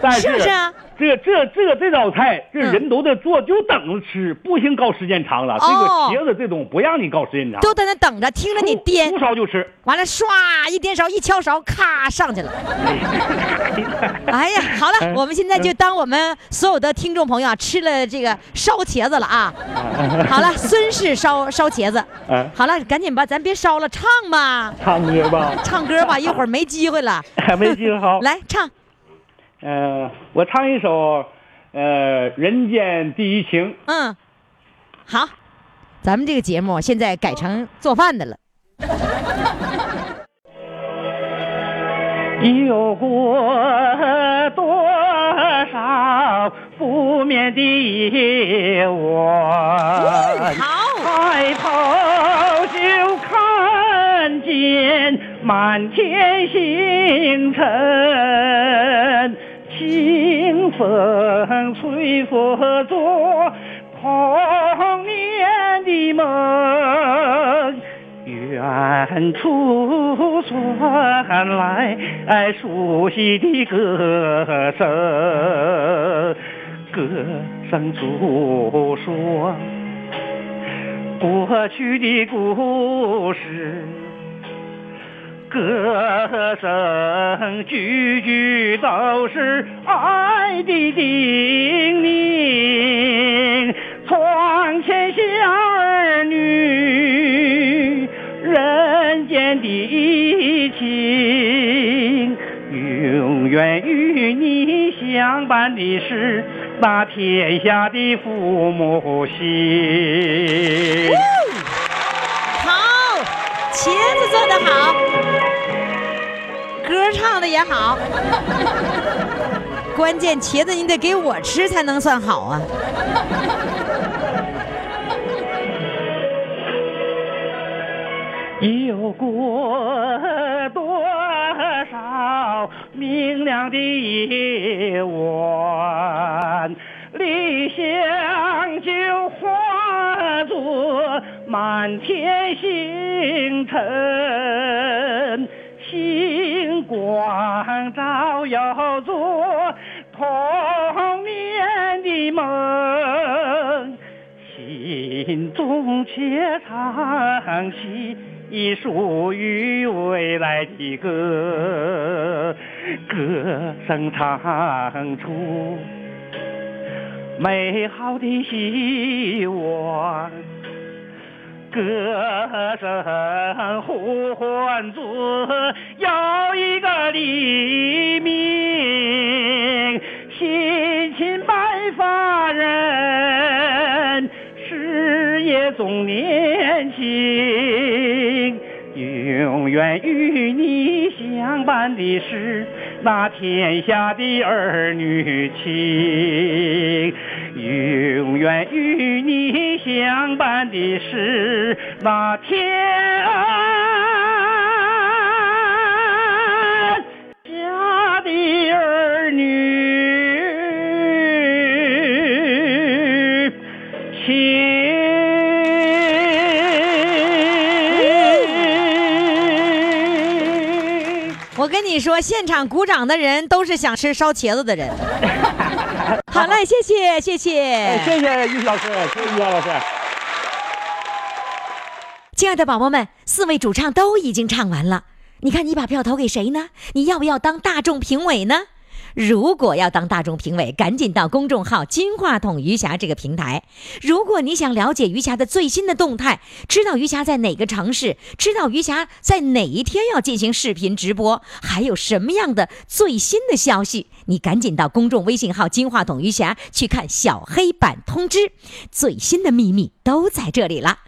[SPEAKER 12] 但
[SPEAKER 2] 是不是啊
[SPEAKER 12] 这这这这道菜，这
[SPEAKER 2] 嗯
[SPEAKER 12] 人都得做，就等着吃，不行搞时间长了。这个
[SPEAKER 2] 哦
[SPEAKER 12] 茄子这种不让你搞时间长，
[SPEAKER 2] 都在那等着，听着你
[SPEAKER 12] 出
[SPEAKER 2] 颠
[SPEAKER 12] 出，勺就吃。
[SPEAKER 2] 完了唰一颠勺一敲勺，咔上去了。 哎 呀，好了，我们现
[SPEAKER 12] 哎嗯
[SPEAKER 2] 在就当我们所有的听众朋友啊，吃了这个烧茄子了 啊。好了，孙氏烧烧茄子
[SPEAKER 12] 哎。
[SPEAKER 2] 好了，赶紧吧，咱别烧了，唱吧，
[SPEAKER 12] 唱歌 吧，
[SPEAKER 2] 唱歌 吧，一会儿没机会了。
[SPEAKER 12] 还没记好。
[SPEAKER 2] 来唱，
[SPEAKER 12] 呃，我唱一首，呃，《人间第一情》。
[SPEAKER 2] 嗯，好，咱们这个节目现在改成做饭的了。
[SPEAKER 12] 有过多少不眠的夜
[SPEAKER 2] 哎
[SPEAKER 12] 晚？
[SPEAKER 2] 好，
[SPEAKER 12] 抬头就看见满天星辰，清风吹拂着童年的梦。远处传来哎熟悉的歌声，歌声诉说过去的故事，歌声句句都是爱的叮咛。床前小儿女，人间的情，永远与你相伴的是那天下的父母心。
[SPEAKER 2] 好，茄子做的好，歌唱的也好，关键茄子你得给我吃才能算好啊。
[SPEAKER 12] 有过多少明亮的夜晚，理想就化作满天星辰，星光照耀着童年的梦。心中且唱起属于未来的歌，歌声唱出美好的希望，歌声呼唤着又一个黎明，辛勤白发人，事业总年轻。永远与你相伴的是那天下的儿女情，永远与你相伴的是那天下的儿女情。
[SPEAKER 2] 我跟你说，现场鼓掌的人都是想吃烧茄子的 人。好嘞，谢谢谢
[SPEAKER 12] 哎，
[SPEAKER 2] 谢，
[SPEAKER 12] 谢谢于老师，谢谢于老师。
[SPEAKER 2] 亲爱的宝宝们，四位主唱都已经唱完了，你看你把票投给谁呢？你要不要当大众评委呢？如果要当大众评委，赶紧到公众号“金话筒余霞”这个平台。如果你想了解余霞的最新的动态，知道余霞在哪个城市，知道余霞在哪一天要进行视频直播，还有什么样的最新的消息，你赶紧到公众微信号“金话筒余霞”去看小黑板通知，最新的秘密都在这里了。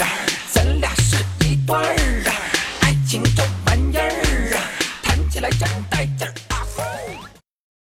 [SPEAKER 1] 啊，咱俩是一对儿啊，爱情这玩意儿啊，谈起来真带劲儿。